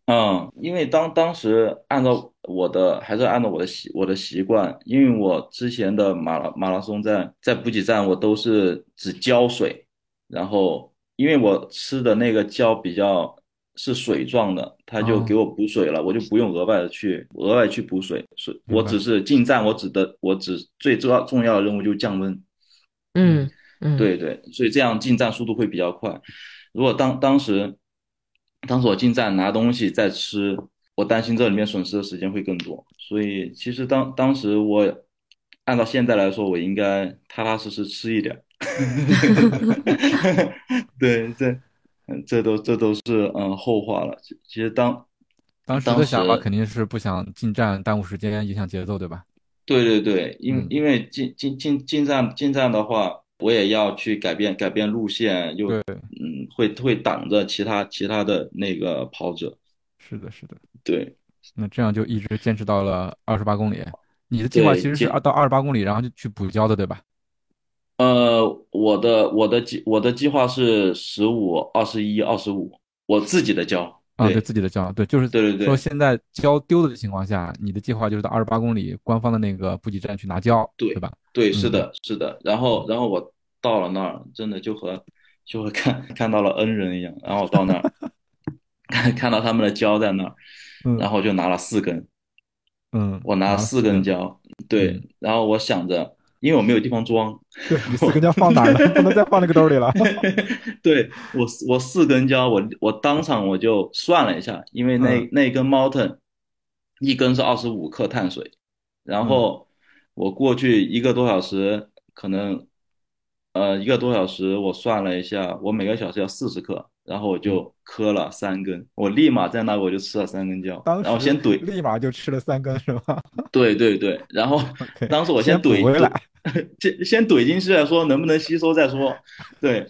Speaker 3: 嗯，因为当当时按照我的，还是按照我的习我的习惯，因为我之前的马拉马拉松在在补给站，我都是只浇水，然后因为我吃的那个胶比较是水状的，它就
Speaker 2: 哦
Speaker 3: 给我补水了，我就不用额外的去额外去补水，水
Speaker 2: 明
Speaker 3: 我
Speaker 2: 白
Speaker 3: 只是进站，我只的我只最重要重要的任务就是降温。
Speaker 4: 嗯嗯，
Speaker 3: 对对，所以这样进站速度会比较快。如果当当时，当时我进站拿东西再吃，我担心这里面损失的时间会更多。所以其实当当时我按照现在来说，我应该踏踏实实吃一点 儿。对，这嗯这都这都是嗯后话了。其其实当
Speaker 2: 当时
Speaker 3: 当
Speaker 2: 的想法
Speaker 3: 时
Speaker 2: 肯定是不想进站耽误时间，影响节奏，对吧？
Speaker 3: 对对对，因
Speaker 2: 嗯
Speaker 3: 因为进进进进站进站的话，我也要去改变改变路线，又
Speaker 2: 对，
Speaker 3: 嗯会会挡着其他其他的那个跑者。
Speaker 2: 是的，是的。
Speaker 3: 对，
Speaker 2: 那这样就一直坚持到了二十八公里。你的计划其实是
Speaker 3: 对
Speaker 2: 二到二十八公里，然后就去补交的，对吧？
Speaker 3: 呃，我的我的计我的计划是十五、二十一、二十五，我自己的胶。
Speaker 2: 啊，
Speaker 3: 对
Speaker 2: 对自己的交，对，就是
Speaker 3: 对对对
Speaker 2: 说现在交丢的情况下，你的计划就是到二十八公里官方的那个补给站去拿胶，
Speaker 3: 对
Speaker 2: 吧？
Speaker 3: 对，是
Speaker 2: 嗯
Speaker 3: 的，是的。然后，然后我到了那儿，真的就和就和看看到了恩人一样。然后我到 那儿，看看到他们的胶在那儿，
Speaker 2: 嗯，
Speaker 3: 然后我就拿了四根，
Speaker 2: 嗯，
Speaker 3: 我拿了四根，胶。对
Speaker 2: 嗯，
Speaker 3: 然后我想着，因为我没有地方装，
Speaker 2: 对你四根胶放哪儿了？不能再放那个兜里了。
Speaker 3: 对，我四我四根胶，我我当场我就算了一下，因为那
Speaker 2: 嗯
Speaker 3: 那一根 Mountain 一根是二十五克碳水，
Speaker 2: 嗯
Speaker 3: 然后我过去一个多小时，可能呃一个多小时，我算了一下，我每个小时要四十克，然后我
Speaker 2: 嗯
Speaker 3: 就磕了三根，我立马在那我就吃了三根胶，
Speaker 2: 当
Speaker 3: 然后
Speaker 2: 时
Speaker 3: 先怼，
Speaker 2: 立马就吃了三根，是吧？
Speaker 3: 对对对，然后
Speaker 2: OK，
Speaker 3: 当时我
Speaker 2: 先
Speaker 3: 怼
Speaker 2: 补回来，
Speaker 3: 先先怼进去再说能不能吸收再说。对，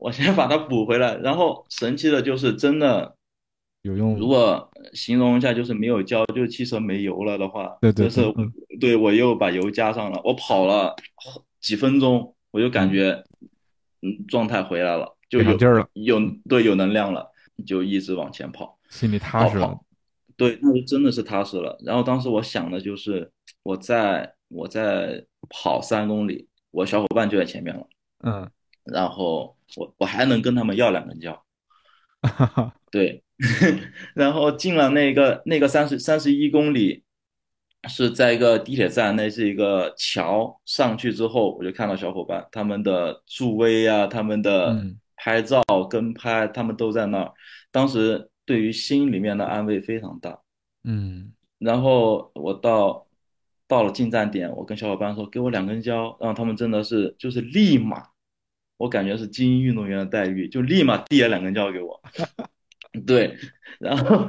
Speaker 3: 我先把它补回来。然后神奇的就是真的，
Speaker 2: 有用。
Speaker 3: 如果形容一下就是没有胶，就是汽车没油了的话，
Speaker 2: 对对
Speaker 3: 就是
Speaker 2: 对嗯
Speaker 3: 对我又把油加上了，我跑了几分钟，我就感觉嗯状态回来了，就
Speaker 2: 给上
Speaker 3: 有
Speaker 2: 劲儿了
Speaker 3: 有对有能量了，就一直往前跑。
Speaker 2: 心里
Speaker 3: 哦
Speaker 2: 踏实了。
Speaker 3: 对，那就真的是踏实了。然后当时我想的就是，我在我在跑三公里，我小伙伴就在前面了，
Speaker 2: 嗯，
Speaker 3: 然后我我还能跟他们要两根胶，
Speaker 2: 哈
Speaker 3: 呃
Speaker 2: 哈，
Speaker 3: 对， 然后进了那个那个三十三十一公里，是在一个地铁站，那是一个桥上去之后，我就看到小伙伴他们的助威啊，他们的
Speaker 2: 嗯
Speaker 3: 拍照跟拍，他们都在那儿，当时对于心里面的安慰非常大。
Speaker 2: 嗯，
Speaker 3: 然后我到到了进站点，我跟小伙伴说给我两根胶，然后他们真的是就是立马，我感觉是精英运动员的待遇，就立马递了两根胶给我。 对，然后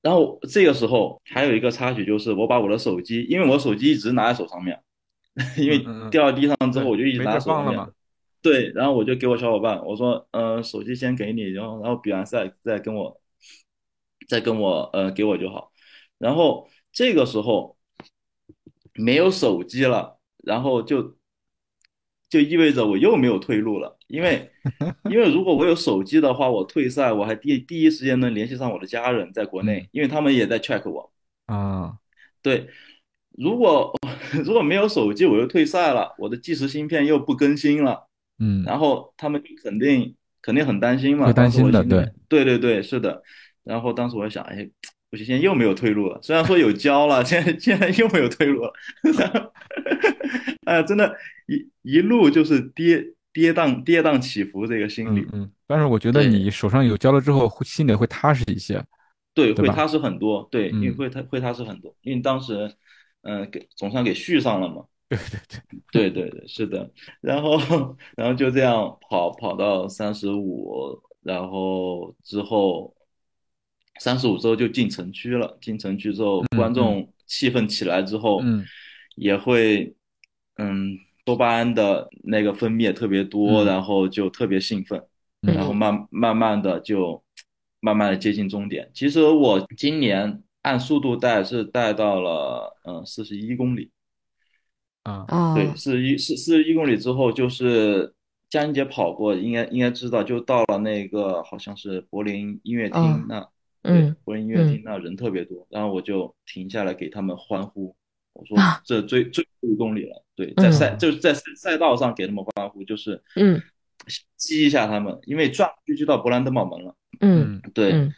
Speaker 3: 然后这个时候还有一个插曲就是我把我的手机，因为我手机一直拿在手上面， 因为
Speaker 2: 嗯嗯嗯
Speaker 3: 掉到地上之后
Speaker 2: 对
Speaker 3: 我就一直
Speaker 2: 没
Speaker 3: 拿
Speaker 2: 地儿
Speaker 3: 在手上
Speaker 2: 放了
Speaker 3: 面。
Speaker 2: 嘛。
Speaker 3: 对，然后我就给我小伙伴，我说，呃，手机先给你，然后然后比完赛再跟我，再跟我，呃，给我就好。然后这个时候没有手机了，然后就就意味着我又没有退路了，因为因为如果我有手机的话，我退赛我还第第一时间能联系上我的家人在国内
Speaker 2: 嗯，
Speaker 3: 因为他们也在 check 我。
Speaker 2: 啊，
Speaker 3: 对，如果 如果没有手机，我又退赛了，我的计时芯片又不更新了。
Speaker 2: 嗯，
Speaker 3: 然后他们就肯定肯定很担心嘛，
Speaker 2: 会担
Speaker 3: 当时我
Speaker 2: 心的
Speaker 3: 心里面对对对，是的。然后当时我就想，哎，我现在又没有退路了，虽然说有胶了， 现在现在又没有退路了， 啊，真的，一一路就是跌跌宕跌宕起伏，这个心理
Speaker 2: 嗯，嗯，但是我觉得
Speaker 3: 对
Speaker 2: 你手上有胶了之后，会心里会踏实一些。
Speaker 3: 对，
Speaker 2: 对
Speaker 3: 会
Speaker 2: 吧
Speaker 3: 踏实很多，对，因为
Speaker 2: 嗯
Speaker 3: 会踏会踏实很多，因为当时，嗯，给总算给续上了嘛。
Speaker 2: 对对对，
Speaker 3: 对对对，是的，然后然后就这样跑跑到三十五，然后之后三十五之后就进城区了。进城区之后，
Speaker 2: 嗯
Speaker 3: 观
Speaker 2: 嗯
Speaker 3: 众气氛起来之后，
Speaker 2: 嗯
Speaker 3: 也会嗯多巴胺的那个分泌特别多，
Speaker 2: 嗯
Speaker 3: 然后就特别兴奋，
Speaker 2: 嗯
Speaker 3: 然后慢慢慢的就慢慢的接近终点。其实我今年按速度带是带到了嗯四十一公里。
Speaker 2: 啊，
Speaker 4: 哦嗯
Speaker 1: 啊，
Speaker 3: 对，四十一四四十一公里之后，就是佳音姐跑过，应该应该知道，就到了那个好像是柏林音乐厅
Speaker 1: 哦
Speaker 3: 那，对，
Speaker 1: 嗯
Speaker 3: 柏林音乐厅
Speaker 1: 嗯
Speaker 3: 那人特别多，然后我就停下来给他们欢呼，我说
Speaker 1: 啊
Speaker 3: 这最最后一公里了，对，在赛
Speaker 2: 嗯
Speaker 3: 就是在赛赛道上给他们欢呼，就是
Speaker 1: 嗯
Speaker 3: 激一下他们，因为转就就到勃兰登堡门了，
Speaker 1: 嗯
Speaker 2: 嗯
Speaker 3: 对，
Speaker 1: 嗯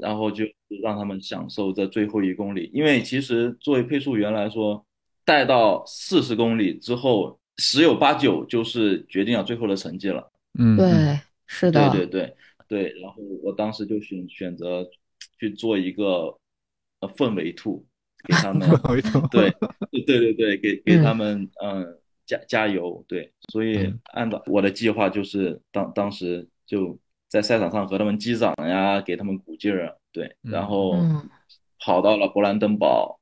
Speaker 3: 然后就让他们享受这最后一公里，因为其实作为配速员来说，带到四十公里之后，十有八九就是决定了最后的成绩了。
Speaker 2: 嗯，嗯，
Speaker 1: 对，是
Speaker 3: 对
Speaker 1: 的，
Speaker 3: 对对对，然后我当时就选选择去做一个呃氛围兔，给他们
Speaker 2: 我一 种
Speaker 3: 对，对对对，给给他
Speaker 1: 嗯
Speaker 3: 们嗯加加油，对，所以
Speaker 2: 嗯
Speaker 3: 按照我的计划就是当当时就在赛场上和他们击掌呀，给他们鼓劲儿，对，然
Speaker 2: 嗯
Speaker 3: 后
Speaker 1: 嗯
Speaker 3: 跑到了勃兰登堡，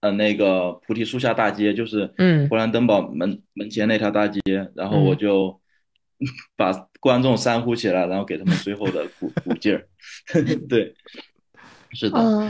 Speaker 3: 呃，那个菩提树下大街，就是
Speaker 1: 嗯
Speaker 3: 勃兰登堡门门前那条大街，然后我
Speaker 1: 嗯
Speaker 3: 就 把观众煽 呼起来，然后给他们最后的鼓鼓劲儿，对，是的。
Speaker 1: 哦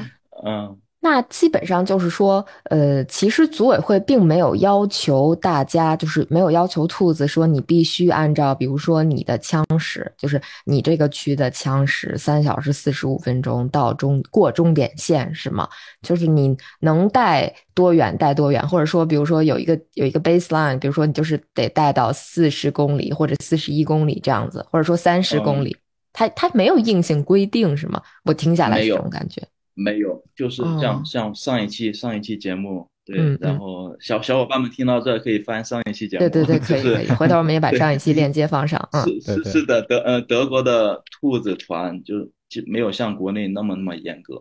Speaker 1: 嗯
Speaker 3: 嗯
Speaker 1: 那基本上就是说，呃，其实组委会并没有要求大家，就是没有要求兔子说你必须按照，比如说你的枪时，就是你这个区的枪时三小时四十五分钟到终过终点线是吗？就是你能带多远带多远，或者说，比如说有一个有一个 baseline，比如说你就是得带到四十公里或者四十一公里这样子，或者说三十公
Speaker 3: 嗯
Speaker 1: 里，它它没有硬性规定是吗？我听下来
Speaker 3: 没
Speaker 1: 是这
Speaker 3: 有
Speaker 1: 种感觉。
Speaker 3: 没有，就是像
Speaker 1: 哦
Speaker 3: 像上一期上一期节目，对，
Speaker 1: 嗯
Speaker 3: 然
Speaker 1: 嗯
Speaker 3: 后小小伙伴们听到这儿可以翻上一期节
Speaker 1: 对对
Speaker 3: 目，
Speaker 1: 对，
Speaker 3: 就
Speaker 1: 可以可
Speaker 3: 是
Speaker 1: 以，回头我们也把
Speaker 3: 对
Speaker 1: 上一期链接放上。嗯，
Speaker 3: 是
Speaker 2: 对
Speaker 3: 是
Speaker 2: 对
Speaker 3: 是的，德呃德国的兔子团就就没有像国内那么那么严格，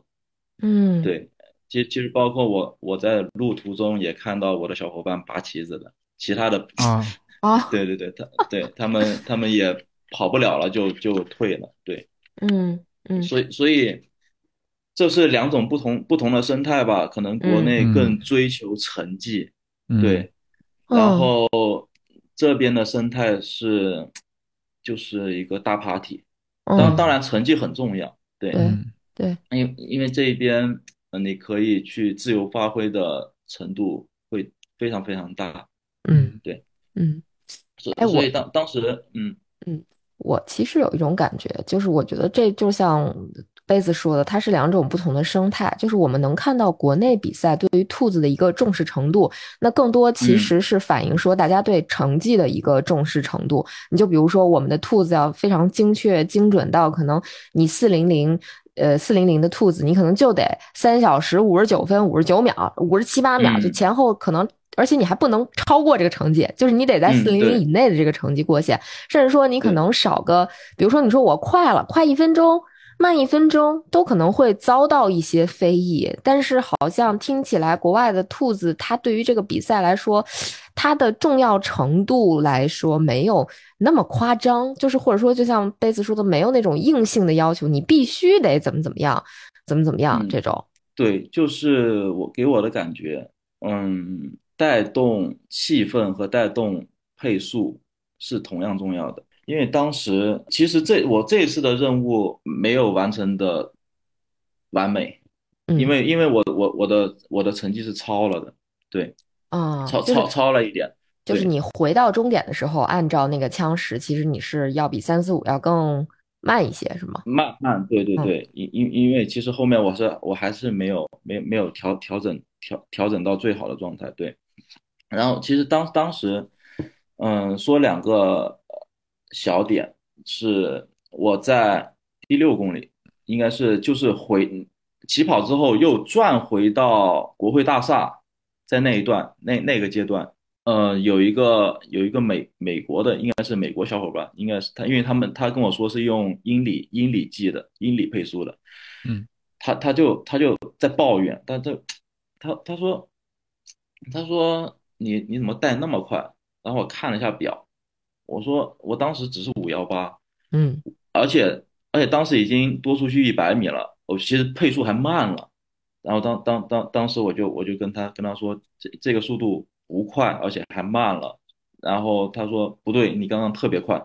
Speaker 1: 嗯，
Speaker 3: 对，其实其实包括我我在路途中也看到我的小伙伴拔旗子的，其他的，
Speaker 2: 啊，
Speaker 1: 啊，
Speaker 3: 对对对，他对他们他们也跑不了了就就退了，对，
Speaker 1: 嗯嗯
Speaker 3: 所以所以这是两种不同不同的生态吧，可能国
Speaker 1: 嗯
Speaker 3: 内
Speaker 2: 嗯
Speaker 3: 更追求成绩，
Speaker 2: 嗯，
Speaker 3: 对。然
Speaker 1: 哦
Speaker 3: 后这边的生态是就是一个大 party，当
Speaker 1: 嗯，
Speaker 3: 当然成绩很重要，对，
Speaker 1: 对
Speaker 2: 嗯
Speaker 1: 对，
Speaker 3: 因为因为这一边呃你可以去自由发挥的程度会非常非常大，
Speaker 1: 嗯
Speaker 3: 对
Speaker 1: 嗯。
Speaker 3: 所
Speaker 1: 哎我
Speaker 3: 所以当当时嗯
Speaker 1: 我其实有一种感觉，就是我觉得这就像杯子说的，它是两种不同的生态。就是我们能看到国内比赛对于兔子的一个重视程度，那更多其
Speaker 3: 嗯
Speaker 1: 实是反映说大家对成绩的一个重视程度。你就比如说我们的兔子要非常精确、精准到可能你四零零。呃，四零零的兔子，你可能就得三小时五十九分五十九秒、五十七八秒，就
Speaker 3: 嗯
Speaker 1: 前后可能，而且你还不能超过这个成绩，就是你得在
Speaker 3: 嗯
Speaker 1: 四零
Speaker 3: 对
Speaker 1: 零以内的这个成绩过线。甚至说你可
Speaker 3: 对
Speaker 1: 能少个，比如说你说我快了，快一分钟，慢一分钟，都可能会遭到一些非议。但是好像听起来国外的兔子，它对于这个比赛来说，它的重要程度来说没有那么夸张，就是或者说就像贝斯说的，没有那种硬性的要求，你必须得怎么怎么样，怎么怎么样
Speaker 3: 嗯
Speaker 1: 这种。
Speaker 3: 对，就是我给我的感觉，嗯，带动气氛和带动配速是同样重要的。因为当时其实这我这一次的任务没有完成的完美，
Speaker 1: 嗯
Speaker 3: 因为因为我我我的我的成绩是超了的，对，
Speaker 1: 啊，
Speaker 3: 超
Speaker 1: 就是
Speaker 3: 超超了一点，
Speaker 1: 就是
Speaker 3: 对
Speaker 1: 你回到终点的时候，按照那个枪时，其实你是要比三四五要更慢一些，是吗？
Speaker 3: 慢慢，对对
Speaker 1: 嗯
Speaker 3: 对，因因因为其实后面我是我还是没有没没有调调整调调整到最好的状态，对。然后其实当当时，嗯，说两个呃小点是我在第六公里，应该是就是回起跑之后又转回到国会大厦，在那一段那那个阶段，呃，有一个有一个美美国的，应该是美国小伙伴，应该是他，因为他们他跟我说是用英里英里计的，英里配速的，
Speaker 2: 嗯，
Speaker 3: 他他就他就在抱怨，但这他他说他说你你怎么带那么快？然后我看了一下表，我说我当时只是五幺八，
Speaker 1: 嗯。
Speaker 3: 而且而且当时已经多出去一百米了，我其实配速还慢了。然后当当当当时我就我就跟他跟他说，这这个速度不快，而且还慢了。然后他说不对，你刚刚特别快。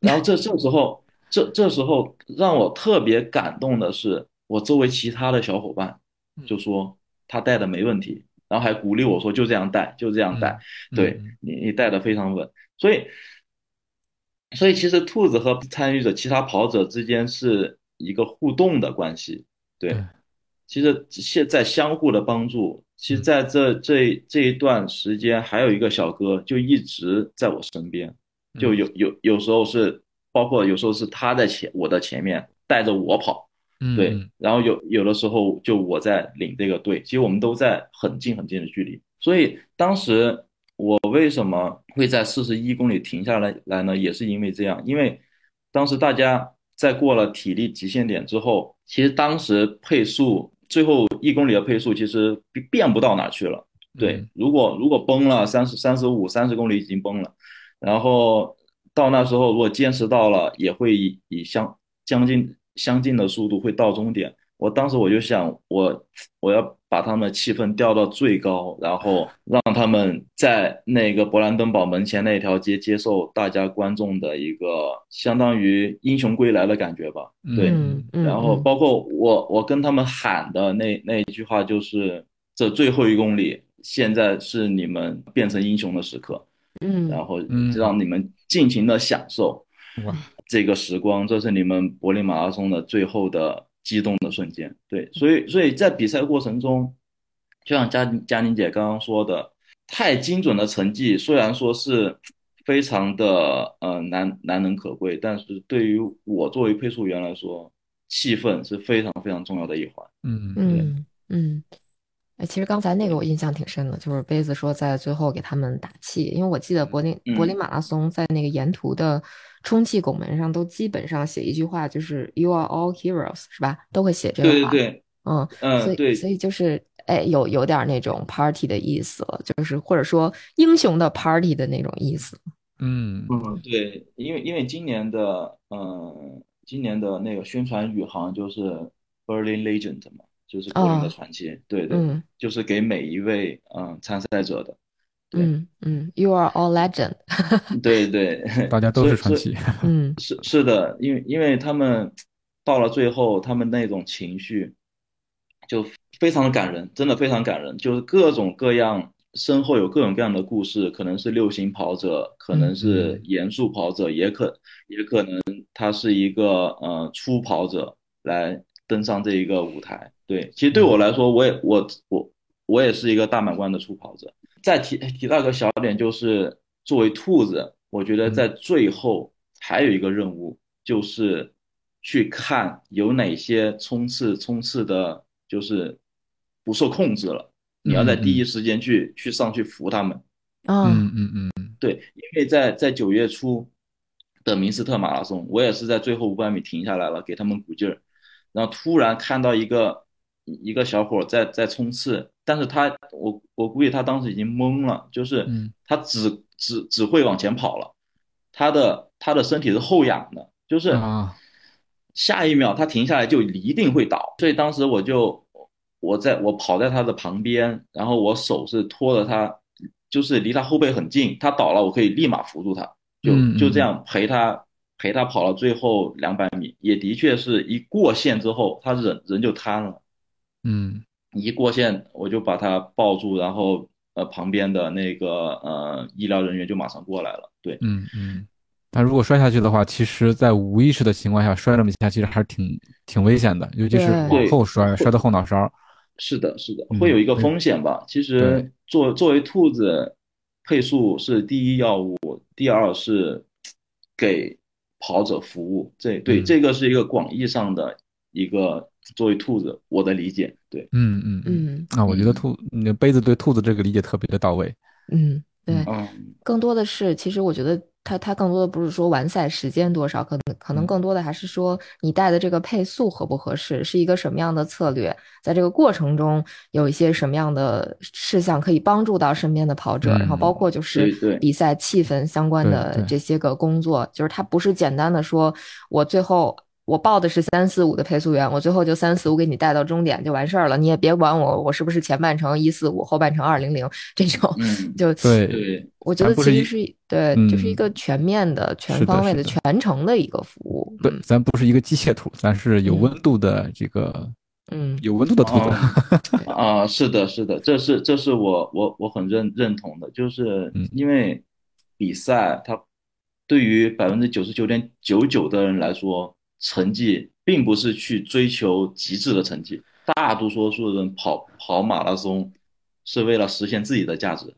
Speaker 3: 然后这这时候这这时候让我特别感动的是，我周围其他的小伙伴就说他带的没问题，然后还鼓励我说就这样带，就这样带。
Speaker 2: 嗯
Speaker 3: 对你，你带的非常稳，所以，所以其实兔子和参与者、其他跑者之间是一个互动的关系，对
Speaker 2: 对，
Speaker 3: 其实现在相互的帮助，其实
Speaker 2: 嗯
Speaker 3: 在这这这一段时间，还有一个小哥就一直在我身边，就
Speaker 2: 嗯
Speaker 3: 有有有时候是包括有时候是他在前我的前面带着我跑，
Speaker 2: 嗯
Speaker 3: 对，
Speaker 2: 嗯
Speaker 3: 然后有有的时候就我在领这个队，其实我们都在很近很近的距离，所以当时我为什么会在四十一公里停下来来呢？也是因为这样，因为当时大家在过了体力极限点之后，其实当时配速最后一公里的配速其实变变不到哪去了。对
Speaker 2: 嗯，
Speaker 3: 如果如果崩了三十三十五三十公里已经崩了，然后到那时候如果坚持到了，也会以以相将近相近的速度会到终点。我当时我就想，我我要把他们气氛调到最高，然后让他们在那个勃兰登堡门前那一条街接受大家观众的一个相当于英雄归来的感觉吧。对，
Speaker 2: 嗯
Speaker 3: 然后包括我我跟他们喊的那那一句话就是这最后一公里，现在是你们变成英雄的时刻，
Speaker 1: 嗯
Speaker 3: 然后
Speaker 2: 嗯
Speaker 3: 让你们尽情的享受
Speaker 2: 哇，
Speaker 3: 这个时光，这是你们柏林马拉松的最后的激动的瞬间。对，所以所以在比赛过程中，就像佳佳宁姐刚刚说的，太精准的成绩虽然说是非常的呃难难能可贵，但是对于我作为配速员来说，气氛是非常非常重要的一环。
Speaker 2: 嗯
Speaker 1: 嗯嗯。哎，其实刚才那个我印象挺深的，就是杯子说在最后给他们打气，因为我记得柏林
Speaker 3: 嗯
Speaker 1: 柏林马拉松在那个沿途的充气拱门上都基本上写一句话，就是 “You are all heroes”，是吧？都会写这个
Speaker 3: 对
Speaker 1: 话。
Speaker 3: 对对，
Speaker 1: 嗯，所
Speaker 3: 嗯
Speaker 1: 以
Speaker 3: 对，
Speaker 1: 所以就是哎，有有点那种 party 的意思了，就是或者说英雄的 party 的那种意思。
Speaker 2: 嗯
Speaker 3: 嗯，对，因为因为今年的，嗯，今年的那个宣传语好像就是 Berlin Legend 嘛，就是柏林的
Speaker 1: 哦
Speaker 3: 传奇，对对，
Speaker 1: 嗯
Speaker 3: 就是给每一位嗯参赛者的，对
Speaker 1: 嗯嗯，You are all legend
Speaker 3: 对对，
Speaker 2: 大家都是传
Speaker 3: 所以
Speaker 2: 奇，
Speaker 1: 嗯。
Speaker 3: 是是的，因为因为他们到了最后，他们那种情绪就非常的感人，真的非常感人，就是各种各样，身后有各种各样的故事，可能是六星跑者，可能是
Speaker 2: 嗯
Speaker 3: 严肃跑者，也可也可能他是一个呃初跑者来登上这一个舞台。对，其实对我
Speaker 2: 嗯
Speaker 3: 来说，我也我我我也是一个大满贯的初跑者。再提提到一个小点，就是作为兔子，我觉得在最后还有一个任务，就是去看有哪些冲刺冲刺的，就是不受控制了，你要在第一时间去去上去扶他们。
Speaker 1: 啊，
Speaker 2: 嗯嗯嗯
Speaker 3: 对，因为在在九月初的明斯特马拉松，我也是在最后五百米停下来了，给他们鼓劲儿，然后突然看到一个一个小伙儿在在冲刺，但是他我我估计他当时已经懵了，就是
Speaker 2: 嗯
Speaker 3: 他只只只会往前跑了，他的他的身体是后仰的，就是
Speaker 2: 啊
Speaker 3: 下一秒他停下来就一定会倒，所以当时我就我在我跑在他的旁边，然后我手是托着他，就是离他后背很近，他倒了我可以立马扶住他，就
Speaker 2: 嗯
Speaker 3: 就这
Speaker 2: 嗯
Speaker 3: 样陪他陪他跑到最后两百米，也的确是一过线之后，他人人就瘫了。
Speaker 2: 嗯
Speaker 3: 一过线我就把他抱住，然后呃旁边的那个呃医疗人员就马上过来了，对。
Speaker 2: 嗯嗯。但如果摔下去的话，其实，在无意识的情况下摔这么一下，其实还是挺挺危险的，尤其是
Speaker 1: 对
Speaker 2: 往后摔，摔到后脑勺。
Speaker 3: 是的，是的，
Speaker 2: 嗯
Speaker 3: 会有一个
Speaker 2: 对
Speaker 3: 风险吧。其
Speaker 2: 对
Speaker 3: 实作作为兔子，配速是第一要务，第二是给跑者服务。这对
Speaker 2: 嗯
Speaker 3: 这个是一个广义上的一个作为兔子我的理解。对，
Speaker 2: 嗯嗯嗯。
Speaker 1: 嗯
Speaker 2: 啊，我觉得
Speaker 3: 嗯
Speaker 2: 兔，你的杯子对兔子这个理解特别的到位。
Speaker 1: 嗯，对，
Speaker 3: 嗯，
Speaker 1: 更多的是，其实我觉得它它更多的不是说完赛时间多少，可能可能
Speaker 2: 嗯
Speaker 1: 更多的还是说你带的这个配速合不合适，是一个什么样的策略，在这个过程中有一些什么样的事项可以帮助到身边的跑者，
Speaker 2: 嗯
Speaker 1: 然后包括就是
Speaker 3: 对对
Speaker 1: 比赛气氛相关
Speaker 2: 对
Speaker 1: 的
Speaker 2: 对
Speaker 1: 这些个工作，就是它不是简单的说我最后。我报的是三四五的配速员，我最后就三四五给你带到终点就完事儿了，你也别管我，我是不是前半程一四五，后半程二零零这种，
Speaker 3: 嗯
Speaker 1: 就
Speaker 2: 对，
Speaker 3: 对，
Speaker 1: 我觉
Speaker 2: 还
Speaker 1: 得
Speaker 2: 不
Speaker 1: 其
Speaker 2: 是
Speaker 1: 实
Speaker 2: 一
Speaker 1: 是对，就是一
Speaker 2: 嗯
Speaker 1: 个全面的、全
Speaker 2: 是的
Speaker 1: 方位
Speaker 2: 是
Speaker 1: 的、
Speaker 2: 的
Speaker 1: 全程的一个服务。
Speaker 2: 对，
Speaker 3: 嗯
Speaker 2: 咱不是一个机械兔，咱是有
Speaker 1: 嗯
Speaker 2: 温度的这个
Speaker 1: 嗯
Speaker 2: 有温度的兔子。
Speaker 3: 啊，是的，是的，这是这是我我我很认认同的，就是
Speaker 2: 嗯
Speaker 3: 因为比赛它对于百分之九十九点九九的人来说，成绩并不是去追求极致的成绩，大多数数人跑跑马拉松是为了实现自己的价值，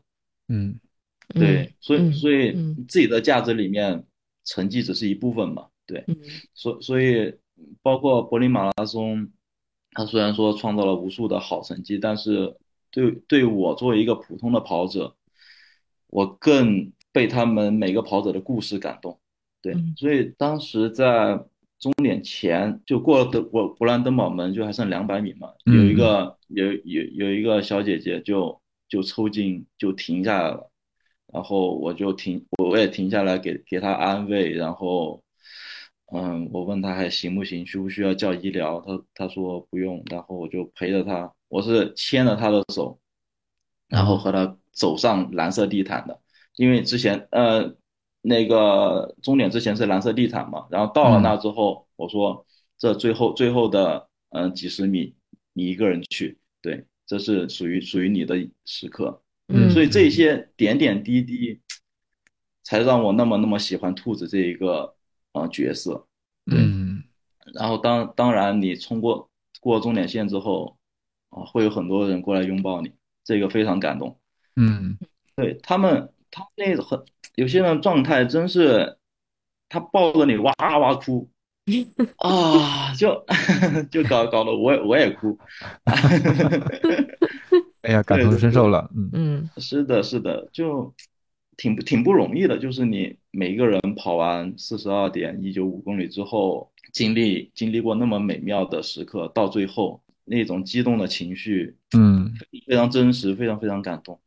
Speaker 2: 嗯
Speaker 3: 对，所以
Speaker 1: 嗯
Speaker 3: 所以
Speaker 1: 嗯
Speaker 3: 自己的价值里面，成绩只是一部分嘛，对。
Speaker 1: 嗯
Speaker 3: 所所以，包括柏林马拉松，它虽然说创造了无数的好成绩，但是对对我作为一个普通的跑者，我更被他们每个跑者的故事感动。对
Speaker 1: 嗯，
Speaker 3: 所以当时在终点前就过了德勃勃兰登堡门，就还剩两百米嘛，有
Speaker 2: 嗯
Speaker 3: 一个有有有一个小姐姐就就抽筋就停下来了，然后我就停我也停下来给给她安慰，然后嗯，我问他还行不行，需不需要叫医疗，他他说不用，然后我就陪着他，我是牵着他的手，然后和他走上蓝色地毯的，因为之前呃那个终点之前是蓝色地毯嘛，然后到了那之后，我说这最后最后的嗯、呃、几十米你一个人去，对，这是属于属于你的时刻，
Speaker 1: 嗯
Speaker 3: 所以这些点点滴滴。才让我那么那么喜欢兔子这一个呃角色，
Speaker 2: 嗯，
Speaker 3: 然后当当然你冲过过终点线之后啊，会有很多人过来拥抱你，这个非常感动。
Speaker 2: 嗯，
Speaker 3: 对他们，他们那很有些人状态真是，他抱着你哇哇哭啊，就 就搞搞得我也我也哭。
Speaker 2: 哎呀，感同身受了，嗯
Speaker 1: 嗯
Speaker 3: 是的，是的，就挺不挺不容易的。就是你每一个人跑完四十二点一九五公里之后，经历经历过那么美妙的时刻，到最后那种激动的情绪，
Speaker 2: 嗯，
Speaker 3: 非常真实，非常非常感动。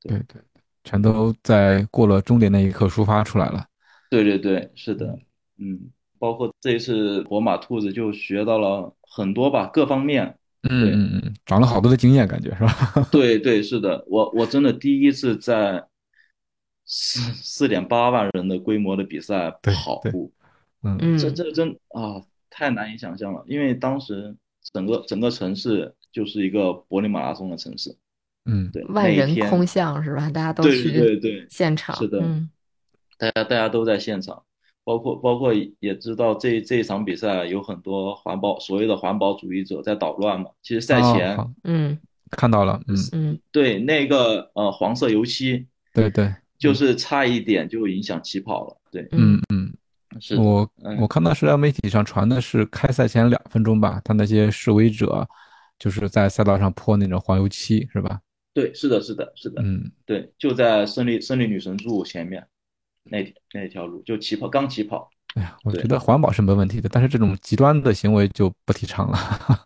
Speaker 2: 对对，全都在过了终点那一刻抒发出来了，
Speaker 3: 对对对，是的，嗯，包括这一次博马兔子就学到了很多吧，各方面。
Speaker 2: 嗯嗯嗯，长了好多的经验，感觉是吧？
Speaker 3: 对对，是的，我我真的第一次在四四点八万人的规模的比赛
Speaker 2: 对
Speaker 3: 跑
Speaker 2: 对
Speaker 3: 步。
Speaker 2: 嗯
Speaker 1: 嗯，
Speaker 3: 这这真啊，太难以想象了，因为当时整个整个城市就是一个柏林马拉松的城市，
Speaker 2: 嗯，
Speaker 3: 对，那
Speaker 1: 万
Speaker 3: 一
Speaker 1: 人
Speaker 3: 天，
Speaker 1: 空巷是吧？大家都
Speaker 3: 对对对
Speaker 1: 去
Speaker 3: 对，
Speaker 1: 现场，
Speaker 3: 是的
Speaker 1: 嗯
Speaker 3: 大家大家都在现场，包括包括也知道这这一场比赛有很多环保所谓的环保主义者在啊捣乱嘛，其实赛
Speaker 2: 哦
Speaker 3: 前
Speaker 2: 好
Speaker 1: 嗯
Speaker 2: 看到了，嗯，
Speaker 1: 嗯
Speaker 3: 对那个呃黄色油漆
Speaker 2: 对对，
Speaker 3: 就是差一点就影响起跑了，对，
Speaker 2: 嗯嗯，
Speaker 3: 是的，
Speaker 2: 我
Speaker 3: 嗯
Speaker 2: 我看到社交媒体上传的是开赛前两分钟吧，他那些示威者就是在赛道上泼那种黄油漆，是吧？
Speaker 3: 对，是的，是的，是的，
Speaker 2: 嗯
Speaker 3: 对，就在胜利胜利女神柱前面那那条路，就起跑刚起跑。
Speaker 2: 哎呀，我
Speaker 3: 对
Speaker 2: 觉得环保是没问题的，但是这种极端的行为就不提倡了，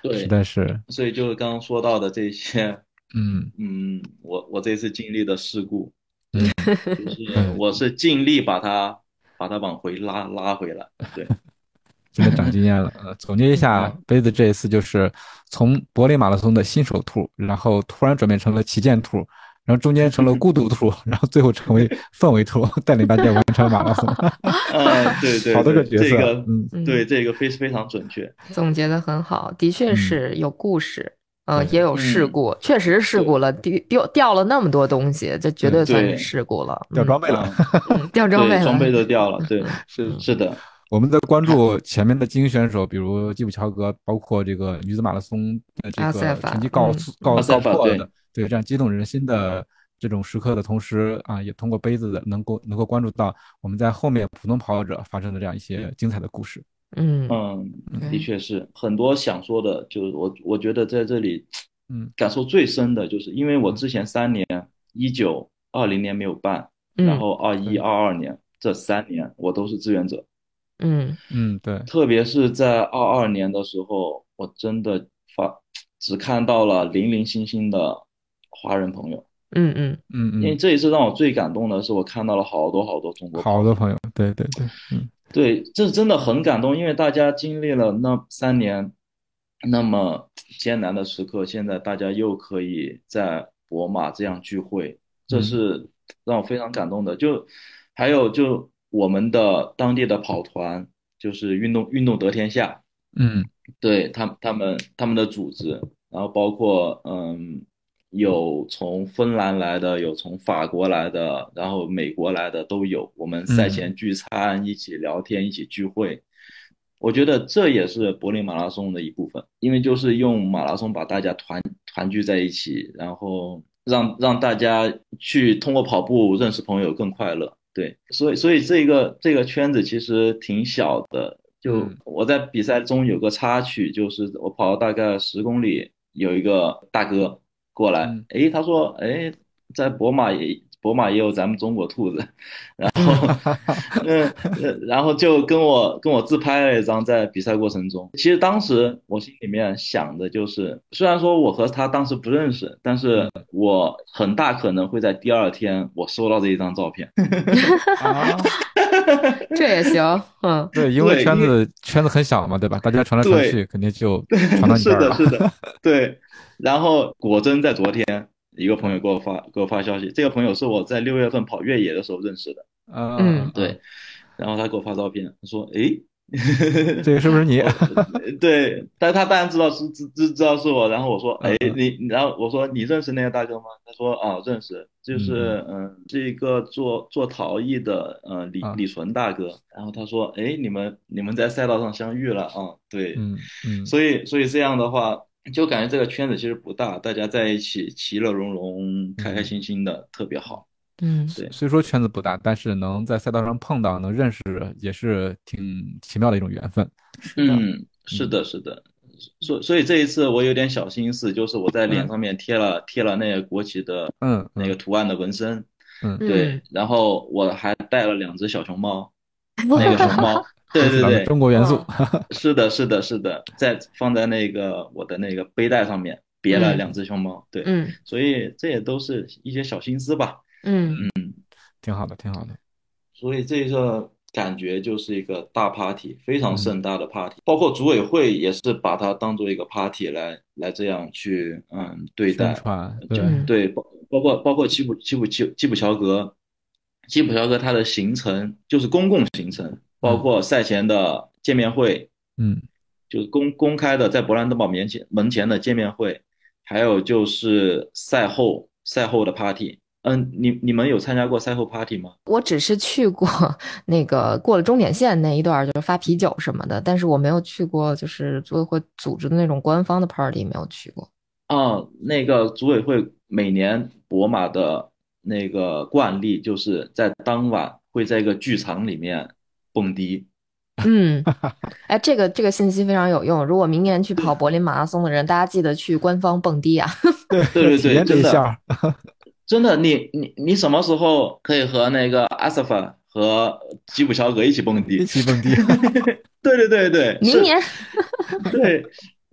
Speaker 3: 对
Speaker 2: 实在是，
Speaker 3: 所以就是刚刚说到的这些，
Speaker 2: 嗯
Speaker 3: 嗯，我我这次经历的事故，
Speaker 2: 嗯，
Speaker 1: 嗯
Speaker 3: 就是我是尽力把它把它往回拉拉回来， 对，
Speaker 2: 真的长经验了。呃，总结一
Speaker 3: 嗯
Speaker 2: 下，杯子这一次就是从柏林马拉松的新手兔，然后突然转变成了旗舰兔，然后中间成了孤独兔，然后最后成为氛围兔，带领大家完成马拉松。
Speaker 3: 嗯，对对，
Speaker 2: 好多
Speaker 3: 对
Speaker 2: 个角色
Speaker 3: 这个
Speaker 2: 嗯
Speaker 1: 嗯，
Speaker 3: 对这个非非常准确，
Speaker 1: 总结的很好，的
Speaker 2: 嗯
Speaker 1: 确是有故事，呃，也有事
Speaker 3: 嗯
Speaker 1: 故，确实事故了，丢丢掉了那么多东西，这绝对算
Speaker 3: 对
Speaker 1: 是事故了，
Speaker 2: 嗯掉
Speaker 1: 嗯
Speaker 2: 装备了，
Speaker 1: 嗯掉装备
Speaker 3: 啊对，
Speaker 1: 了，
Speaker 3: 装备都掉 了，对，
Speaker 2: 是
Speaker 3: 是的，
Speaker 2: 我们在关
Speaker 1: 哎
Speaker 2: 注前面的精英选手，比如基普乔格，包括这个女子马拉松的这
Speaker 1: 阿
Speaker 2: 个
Speaker 1: 塞法
Speaker 2: 成绩告
Speaker 1: 嗯
Speaker 2: 诉告
Speaker 3: 阿
Speaker 2: 告
Speaker 3: 塞法
Speaker 2: 破
Speaker 3: 对
Speaker 2: 的，对这样激动人心的这种时刻的同时啊，也通过杯子的能够能够关注到我们在后面普通跑者发生的这样一些精彩的故事。
Speaker 1: 嗯
Speaker 3: 嗯，的
Speaker 1: 对
Speaker 3: 确是很多想说的，就是我我觉得在这里
Speaker 2: 嗯
Speaker 3: 感受最深的就是，因为
Speaker 1: 嗯
Speaker 3: 我之前三年一九二零年没有办，
Speaker 1: 嗯
Speaker 3: 然后二一二二年这三年我都是志愿者。
Speaker 1: 嗯
Speaker 2: 嗯，对，
Speaker 3: 特别是在二二年的时候，我真的发只看到了零零星星的华人朋友，
Speaker 1: 嗯嗯
Speaker 2: 嗯
Speaker 3: 因为
Speaker 2: 嗯，
Speaker 3: 这一次让我最感动的是，我看到了好多好多中国
Speaker 2: 好
Speaker 3: 朋友。
Speaker 2: 多朋友，对对对，嗯
Speaker 3: 对，这真的很感动，因为大家经历了那三年那么艰难的时刻，现在大家又可以在博马这样聚会，这
Speaker 2: 嗯
Speaker 3: 是让我非常感动的。就还有就我们的当地的跑团，就是运动运动得天下，
Speaker 2: 嗯
Speaker 3: 对他他们他们的组织，然后包括嗯，有从芬兰来的，有从法国来的，然后美国来的都有。我们赛前聚餐，一起聊天，一起聚会。我觉得这也是柏林马拉松的一部分，因为就是用马拉松把大家团团聚在一起，然后让让大家去通过跑步认识朋友更快乐。对，所以所以这个这个圈子其实挺小的。就
Speaker 2: 嗯
Speaker 3: 我在比赛中有个插曲，就是我跑了大概十公里，有一个大哥过来
Speaker 2: 嗯，
Speaker 3: 诶，他说，诶，在博马也博马也有咱们中国兔子， 然后 嗯，呃然后就跟我跟我自拍了一张，在比赛过程中，其实当时我心里面想的就是，虽然说我和他当时不认识，但
Speaker 2: 嗯
Speaker 3: 是我很大可能会在第二天我收到这一张照片。
Speaker 2: 啊，
Speaker 1: 这也行，嗯，
Speaker 2: 对，因为圈子圈子很小嘛，对吧？大家传来传去，肯定就 传到你
Speaker 3: 是
Speaker 2: 这儿
Speaker 3: 的，
Speaker 2: 了。
Speaker 3: 是的，对。然后果真在昨天，一个朋友给我发给我发消息，这个朋友是我在六月份跑越野的时候认识的，
Speaker 2: 啊
Speaker 1: 嗯
Speaker 3: 对。然后他给我发照片，他说：“诶，
Speaker 2: 这个是不是你？
Speaker 3: 对，但他当然知道是知知知道是我，然后我说，哎，你，然后我说你认识那个大哥吗？他说啊，认识，就是嗯，是一个做做陶艺的，嗯，李
Speaker 2: 啊
Speaker 3: 李纯大哥。然后他说，哎，你们你们在赛道上相遇了啊，对，
Speaker 2: 嗯嗯，
Speaker 3: 所以所以这样的话，就感觉这个圈子其实不大，大家在一起其乐融融、开开心心的，特别好。
Speaker 1: 嗯，
Speaker 3: 对
Speaker 2: 虽说圈子不大，但是能在赛道上碰到，能认识，也是挺奇妙的一种缘分。
Speaker 3: 嗯，是的，是的，所所以这一次我有点小心思，就是我在脸上面贴了贴了那个国旗的
Speaker 2: 嗯，
Speaker 3: 那个
Speaker 2: 嗯
Speaker 3: 图案的纹身，
Speaker 2: 嗯
Speaker 3: 对
Speaker 1: 嗯，
Speaker 3: 然后我还带了两只小熊猫， 那 个熊猫，对对
Speaker 2: 咱们
Speaker 3: 对，
Speaker 2: 中国元素。
Speaker 3: 是的，是的，是的，在放在那个我的那个背带上面别了两只熊猫，对，
Speaker 1: 嗯
Speaker 3: 所以这也都是一些小心思吧，
Speaker 1: 嗯
Speaker 2: 挺好的，挺好的。
Speaker 3: 所以这个感觉就是一个大 party，非
Speaker 2: 嗯
Speaker 3: 常盛大的 party，包括组委会也是把它当做一个 party 来来这样去嗯对
Speaker 2: 宣
Speaker 3: 待，
Speaker 2: 传，
Speaker 3: 就
Speaker 2: 对，
Speaker 1: 嗯
Speaker 3: 对，包包括包括基普基普基基普乔格，基普乔格他的行程就是公共行程，包括赛前的见面会，
Speaker 2: 嗯
Speaker 3: 就是公公开的在勃兰登堡面前门前的见面会，还有就是赛后赛后的 party。嗯，你你们有参加过赛后 party 吗？
Speaker 1: 我只是去过那个过了终点线那一段儿，就是发啤酒什么的，但是我没有去过就是组委会组织的那种官方的 party，没有去 过。
Speaker 3: 哦，那个组委会每年博马的那个惯例，就是在当晚会在一个剧场里面蹦 迪。
Speaker 1: 嗯，哎，这个这个信息非常有用。如果明年去跑柏林马拉松的人，大家记得去官方蹦迪啊。
Speaker 3: 对对
Speaker 2: 体
Speaker 3: 对，
Speaker 2: 验这
Speaker 3: 真
Speaker 2: 一
Speaker 3: 的。
Speaker 2: 下，
Speaker 3: 真的，你你你什么时候可以和那个阿瑟法和吉普乔格一起蹦 迪
Speaker 2: 一？起蹦迪。
Speaker 3: 对对对对，
Speaker 1: 明
Speaker 3: 是
Speaker 1: 年，
Speaker 3: 对，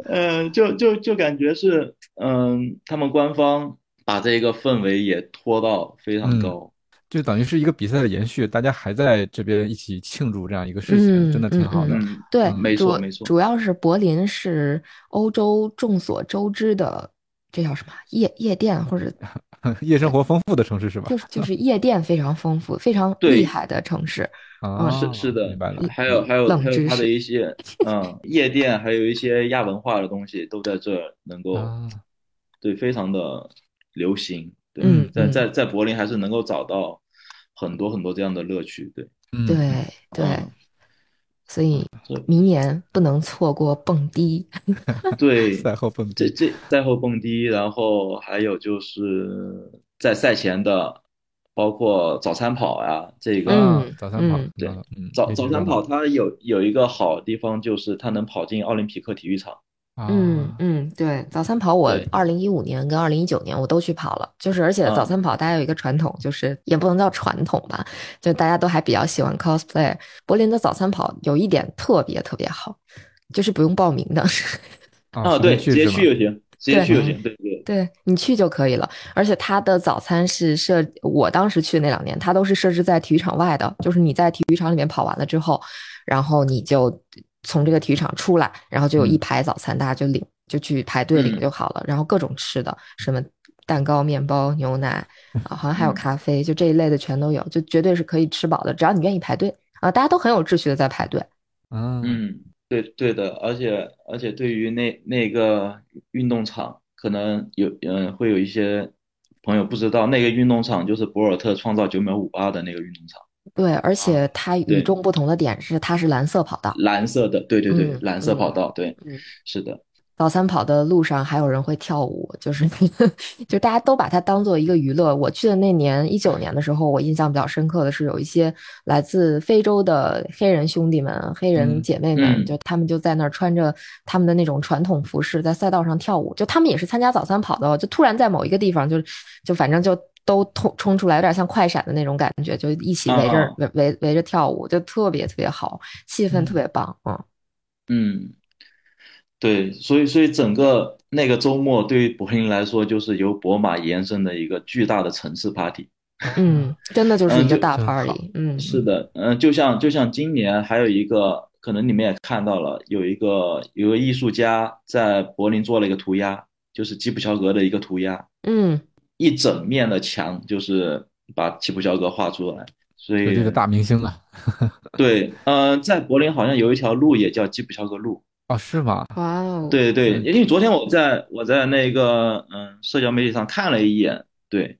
Speaker 3: 嗯、就就就感觉是，嗯、他们官方把这个氛围也拖到非
Speaker 2: 嗯
Speaker 3: 常高，
Speaker 2: 就等于是一个比赛的延续，大家还在这边一起庆祝这样一个事情，
Speaker 1: 嗯
Speaker 2: 真的挺好的。
Speaker 3: 嗯，
Speaker 1: 对，
Speaker 3: 没
Speaker 1: 主
Speaker 3: 错没错
Speaker 1: 主要是柏林是欧洲众所周知的，这叫什么啊夜夜店或 者
Speaker 2: 夜生活丰富的城市是吧
Speaker 1: 就？是就是夜店非常丰富、非常
Speaker 3: 对
Speaker 1: 厉害的城市。
Speaker 2: 啊，
Speaker 3: 是是的
Speaker 2: 明白了。
Speaker 3: 还有还有
Speaker 1: 冷
Speaker 3: 还有
Speaker 1: 知
Speaker 3: 他的
Speaker 1: 识
Speaker 3: 一些，嗯，夜店，还有一些亚文化的东西都在这儿能够，
Speaker 2: 啊，
Speaker 3: 对，非常的流行，对，
Speaker 1: 嗯
Speaker 3: 在
Speaker 1: 嗯
Speaker 3: 在在柏林还是能够找到很多很多这样的乐趣，对，
Speaker 2: 嗯，
Speaker 1: 对对，
Speaker 3: 嗯
Speaker 1: 所以
Speaker 3: 所以
Speaker 1: 明年不能错过蹦迪。
Speaker 3: 啊嗯 对，
Speaker 2: 赛后蹦
Speaker 3: 这
Speaker 2: 迪，
Speaker 3: 这赛后蹦迪，然后还有就是在赛前的，包括早餐跑呀、这个
Speaker 2: 啊
Speaker 1: 嗯，
Speaker 2: 早餐跑
Speaker 1: 嗯，
Speaker 2: 知道了嗯，
Speaker 3: 早
Speaker 2: 也
Speaker 3: 早
Speaker 2: 挺
Speaker 3: 餐
Speaker 2: 热
Speaker 3: 跑，
Speaker 2: 闹
Speaker 3: 它有有一个好地方就是它能跑进奥林匹克体育场。
Speaker 2: 啊，
Speaker 1: 嗯嗯，对，早餐跑我
Speaker 3: 对
Speaker 1: 二零一五年跟二零一九年我都去跑了，就是而且
Speaker 3: 啊
Speaker 1: 早餐跑大家有一个传统，就是也不能叫传统吧，就大家都还比较喜欢 cosplay。柏林的早餐跑有一点特别特别好，就是不用报名的，
Speaker 2: 啊，
Speaker 3: 对，
Speaker 2: 直
Speaker 3: 直接
Speaker 2: 接
Speaker 3: 去
Speaker 2: 去
Speaker 3: 就是
Speaker 2: 吗？
Speaker 3: 行，直接
Speaker 1: 对
Speaker 3: 去就行，对对。
Speaker 1: 对你去就可以了。而且它的早餐是设，我当时去那两年，它都是设置在体育场外的，就是你在体育场里面跑完了之后，然后你就从这个体育场出来，然后就有一排早餐，大家就领，就去排队领
Speaker 3: 嗯
Speaker 1: 就好了。然后各种吃的，什么蛋糕、面包、牛 奶，啊，好像还有
Speaker 3: 嗯
Speaker 1: 咖啡，就这一类的全都有，就绝对是可以吃饱的，只要你愿意排队啊，大家都很有秩序的在排队。
Speaker 2: 啊，
Speaker 3: 嗯，对对的，而且而且对于那那个运动场，可能有嗯会有一些朋友不知道，那个运动场就是博尔特创造九秒五八的那个运动场，
Speaker 1: 对，而且它与
Speaker 3: 啊对
Speaker 1: 众不同的点是，它是蓝色跑道。
Speaker 3: 蓝色的，对对对，
Speaker 1: 嗯
Speaker 3: 蓝色
Speaker 1: 嗯
Speaker 3: 跑道，对
Speaker 1: 嗯，
Speaker 3: 是的。
Speaker 1: 早餐跑的路上还有人会跳舞，就是 就大家都把它当做一个娱乐。我去的那年一九年的时候，我印象比较深刻的是有一些来自非洲的黑人兄弟们、啊黑人
Speaker 2: 嗯
Speaker 1: 姐妹们，
Speaker 3: 嗯
Speaker 1: 就他们就在那儿穿着他们的那种传统服饰，在赛道上跳舞。就他们也是参加早餐跑的哦，就突然在某一个地方就就反正就。都冲冲出来，有点像快闪的那种感觉，就一起围着
Speaker 3: 哦
Speaker 1: 围围围着跳舞，就特别特别好，气氛特别棒，嗯。
Speaker 3: 嗯，对，所以所以整个那个周末对于柏林来说，就是由博马延伸的一个巨大的城市 party。
Speaker 1: 嗯，真的就是一个大
Speaker 2: 嗯就
Speaker 1: party，嗯，
Speaker 3: 是的，嗯，就像就像今年还有一个，可能你们也看到了，有一个有个艺术家在柏林做了一个涂鸦，就是基普乔格的一个涂鸦，
Speaker 1: 嗯，
Speaker 3: 一整面的墙就是把基普乔格画出来，所
Speaker 2: 这
Speaker 3: 以
Speaker 2: 就是大明星啊了。
Speaker 3: 对，呃，在柏林好像有一条路也叫基普乔格路，
Speaker 2: 哦，是吗？
Speaker 1: 哇哦，
Speaker 3: 对对，
Speaker 2: 嗯
Speaker 3: 因为昨天我在我在那个嗯社交媒体上看了一眼，对，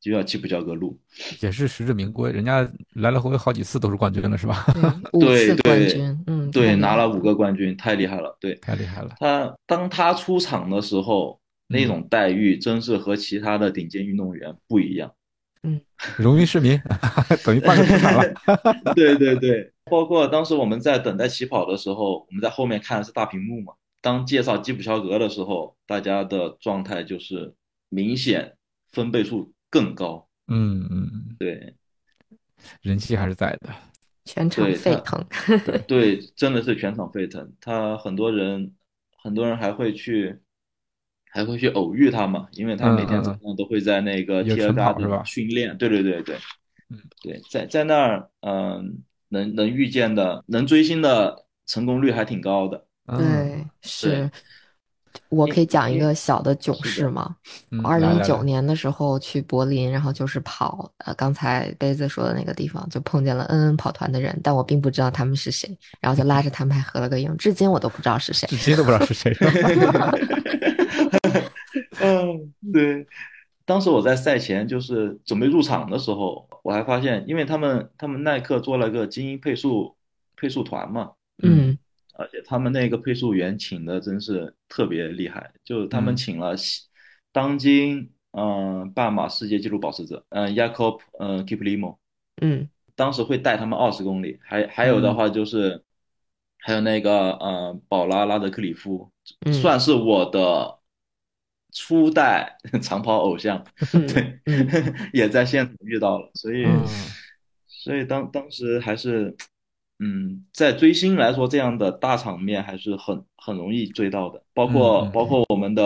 Speaker 3: 就叫基普乔格路，
Speaker 2: 也是实至名归，人家来来回回好几次都是冠军了，是吧？
Speaker 1: 对，五
Speaker 3: 对
Speaker 1: 次冠
Speaker 3: 对
Speaker 1: 军，嗯，太
Speaker 3: 对，
Speaker 1: 厉
Speaker 3: 拿
Speaker 1: 害
Speaker 3: 了五个冠军，太厉害了，对。
Speaker 2: 太厉害了。
Speaker 3: 他当他出场的时候，那种待遇真是和其他的顶尖运动员不一样。
Speaker 2: 荣誉市民， 等于半个出 场了。
Speaker 3: 对对对，包括当时我们在等待起跑的时候，我们在后面看的是大屏幕嘛。当介绍基普乔格的时候，大家的状态就是明显分贝数更高。
Speaker 2: 嗯嗯，
Speaker 3: 对
Speaker 2: 人气还是在的。
Speaker 1: 全场
Speaker 3: 对
Speaker 1: 沸
Speaker 3: 他
Speaker 1: 腾，
Speaker 3: 对，真的是全场沸腾。他很多人，很多人还会去。还会去偶遇他嘛？因
Speaker 2: 嗯
Speaker 3: 为他每天早上都会在那个
Speaker 2: 有
Speaker 3: t
Speaker 2: 晨
Speaker 3: i
Speaker 2: 跑
Speaker 3: r
Speaker 2: 是吧
Speaker 3: 训练。对对对对，
Speaker 2: 嗯，
Speaker 3: 对，在在那儿，嗯，能能遇见的、能追星的成功率还挺高的。
Speaker 2: 嗯，
Speaker 1: 对，是。我
Speaker 3: 因
Speaker 1: 可以讲一
Speaker 3: 因
Speaker 1: 个小的囧
Speaker 3: 是的
Speaker 1: 事吗？
Speaker 2: 嗯
Speaker 1: 二零一九，
Speaker 2: 来来来
Speaker 1: 年的时候去柏林，然后就是跑呃刚才杯子说的那个地方，就碰见了恩恩跑团的人，但我并不知道他们是谁，然后就拉着他们还合了个影，至今我都不知道是谁。
Speaker 2: 至今都不知道是 谁。
Speaker 3: 嗯，对。当时我在赛前就是准备入场的时候，我还发现，因为他们他们耐克做了个精英配速配速团嘛，
Speaker 1: 嗯
Speaker 3: 而且他们那个配速员请的真是特别厉害，就他们
Speaker 2: 嗯
Speaker 3: 请了西当今嗯、呃半马世界纪录保持者，嗯、y a k o b 嗯、呃、Kiplimo，
Speaker 1: 嗯
Speaker 3: 当时会带他们二十公里，还还有的话就是，还有那个呃，宝拉拉德克里夫，
Speaker 1: 嗯
Speaker 3: 算是我的初代 长跑偶像，
Speaker 1: 嗯
Speaker 3: 对，
Speaker 1: 嗯
Speaker 3: 也在现场遇到了，所以
Speaker 2: 嗯
Speaker 3: 所以当当时还是，嗯，在追星来说，这样的大场面还是很很容易追到的，包括
Speaker 2: 嗯嗯
Speaker 3: 包括我们的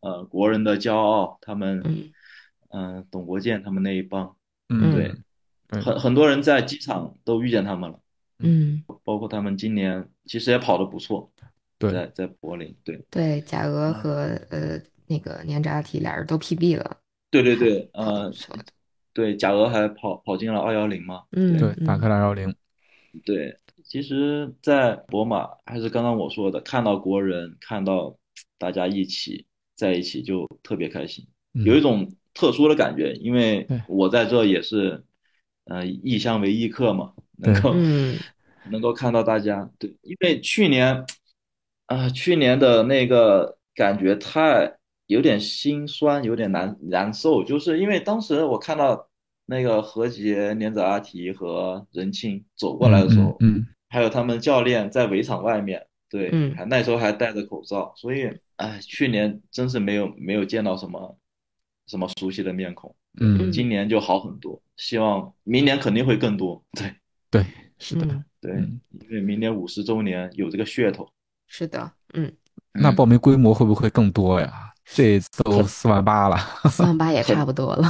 Speaker 3: 呃国人的骄傲，他们
Speaker 1: 嗯
Speaker 3: 嗯、呃董国建他们那一帮，
Speaker 2: 嗯，
Speaker 3: 对，
Speaker 2: 对
Speaker 3: 很很多人在机场都遇见他们了。
Speaker 1: 嗯，
Speaker 3: 包括他们今年其实也跑得不错，在
Speaker 2: 对，
Speaker 3: 在柏林，对
Speaker 1: 对，贾俄
Speaker 3: 嗯
Speaker 1: 和呃那个年扎提俩人都 PB 了，
Speaker 3: 对对对，
Speaker 1: 跑得
Speaker 3: 呃
Speaker 1: 不，错的
Speaker 3: 对，贾俄还跑跑进了二幺零嘛，
Speaker 1: 嗯
Speaker 2: 对，达
Speaker 1: 嗯
Speaker 2: 克两幺零，
Speaker 3: 对，其实，在博马还是刚刚我说的，看到国人，看到大家一起在一起就特别开心，有一
Speaker 2: 种
Speaker 3: 种特殊的感觉，因为
Speaker 2: 嗯对
Speaker 3: 我在这也是，呃，异乡为异客嘛，能
Speaker 2: 对
Speaker 3: 够
Speaker 1: 嗯
Speaker 3: 能够看到大家，对，因为去年，啊、去年的那个感觉太有点心酸，有点难难受，就是因为当时我看到那个何洁、莲子阿提和任青走过来的时候，
Speaker 2: 嗯，
Speaker 3: 还有他们教练在围场外面，对，
Speaker 1: 嗯
Speaker 3: 还那时候还戴着口罩，所以，哎，去年真是没有没有见到什么什么熟悉的面孔，
Speaker 2: 嗯嗯，
Speaker 1: 嗯
Speaker 3: 今年就好很多，希望明年肯定会更多，对。
Speaker 2: 对，是的。
Speaker 1: 嗯，
Speaker 3: 对，
Speaker 2: 嗯
Speaker 3: 因为明年五十周年有这个噱头。
Speaker 1: 是的， 嗯，
Speaker 2: 那
Speaker 3: 嗯
Speaker 2: 报名规模会不 会更多呀？这都四万八了，
Speaker 1: 四万八也差不多了。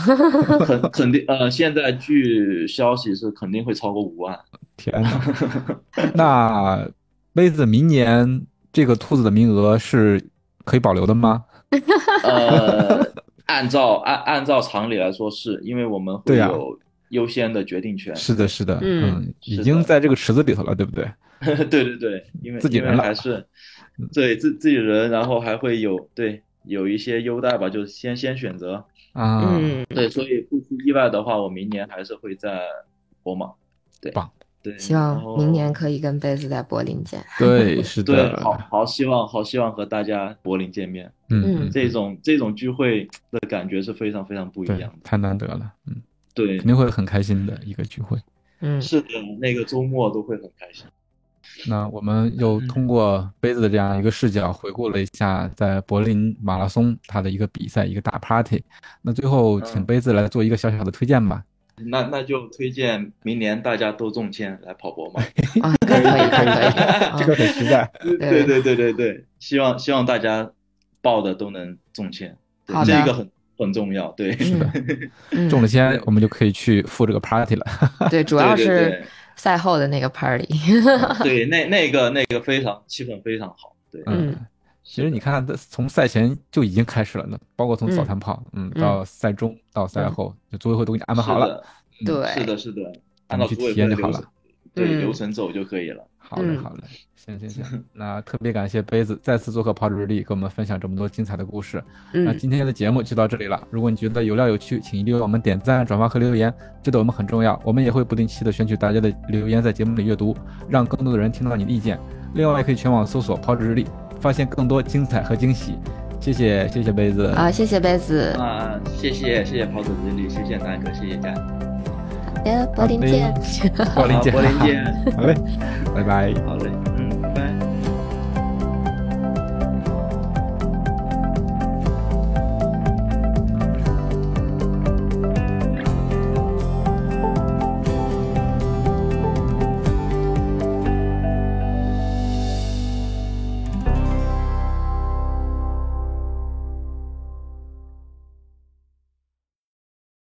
Speaker 3: 肯肯定呃，现在据消息是肯定会超过五万。
Speaker 2: 天哪！那杯子明年这个兔子的名额是可以保留的吗？
Speaker 3: 呃，按照按按照常理来说是，因为我们会
Speaker 2: 对呀
Speaker 3: 有优先的决定权。
Speaker 2: 是的，是的，
Speaker 1: 嗯
Speaker 2: 嗯，
Speaker 3: 是
Speaker 2: 已
Speaker 3: 的
Speaker 2: 经在这个池子里头了，对不对？
Speaker 3: 对对对，因为
Speaker 2: 自己
Speaker 3: 因为
Speaker 2: 人了嗯
Speaker 3: 还是对自自己人，然后还会有对有一些优待吧，就是先先选择。
Speaker 2: 啊，
Speaker 1: 嗯，
Speaker 3: 对，所以不出意外的话，我明年还是会在博马。对
Speaker 2: 棒，
Speaker 3: 对，
Speaker 1: 希
Speaker 3: 嗯然
Speaker 1: 望
Speaker 3: 后
Speaker 1: 明年可以跟贝斯在柏林见。
Speaker 2: 对，是
Speaker 3: 对，
Speaker 2: 的，
Speaker 3: 好好希望好希望和大家柏林见面。
Speaker 2: 嗯，
Speaker 3: 这种这种聚会的感觉是非常非常不一
Speaker 2: 对
Speaker 3: 样，的。
Speaker 2: 太难得了，嗯，
Speaker 3: 对
Speaker 2: 肯，定会很开心的一个聚会。
Speaker 1: 嗯，
Speaker 3: 是的，那个周末都会很开心。
Speaker 2: 那我们又通过杯子的这样一个视角，回顾了一下在柏林马拉松它的一个比赛，一个大 party。那最后请
Speaker 3: 嗯
Speaker 2: 杯子来做一个小小的推荐吧。
Speaker 3: 那那就推荐明年大家都中签来跑博嘛。
Speaker 1: 啊，可以可以可以可以，啊
Speaker 2: 这 个很实在。
Speaker 3: 对对对对对，希望希望大家报的都能中签。对
Speaker 1: 好的
Speaker 3: 这个很很重要，对，
Speaker 1: 嗯
Speaker 2: 中了签，我们就可以去赴这个 party 了。
Speaker 1: 对，主要
Speaker 3: 对对对
Speaker 1: 是赛后的那个 party。
Speaker 3: 对，那那个那个非常气氛非常好，对，
Speaker 1: 嗯，
Speaker 2: 呃其实你看，从赛前就已经开始了呢，包括从早餐跑，嗯，
Speaker 1: 嗯
Speaker 2: 到赛中，到赛后，就组委会都给你安排好了。
Speaker 3: 是的，
Speaker 1: 对
Speaker 3: 嗯是的，是的，
Speaker 2: 咱
Speaker 3: 按
Speaker 2: 们
Speaker 3: 照
Speaker 2: 去
Speaker 3: 组委
Speaker 2: 体验
Speaker 3: 会的
Speaker 2: 就好
Speaker 3: 流
Speaker 2: 了
Speaker 3: 程，对
Speaker 1: 嗯
Speaker 3: 流程走就可以了。
Speaker 2: 好嘞，
Speaker 1: 嗯
Speaker 2: 好嘞，行行 行，那特别感谢杯子再次做客跑者日历，给我们分享这么多精彩的故事。那
Speaker 1: 嗯，
Speaker 2: 今天的节目就到这里了。如果你觉得有料有趣，请一定为我们点赞、转发和留言，这对我们很重要。我们也会不定期的选取大家的留言在节目里阅读，让更多的人听到你的意见。另外，也可以全网搜索“抛掷日历”，发现更多精彩和惊喜。谢谢，谢谢杯子，
Speaker 1: 好，谢谢杯子，
Speaker 3: 啊，谢谢谢谢跑者之旅，谢谢南哥，谢谢佳，
Speaker 1: 哎
Speaker 4: 好的，柏林见。
Speaker 2: 柏林
Speaker 3: 好
Speaker 2: 见，
Speaker 3: 柏林见，
Speaker 2: 好嘞，拜拜。
Speaker 3: 好嘞。嗯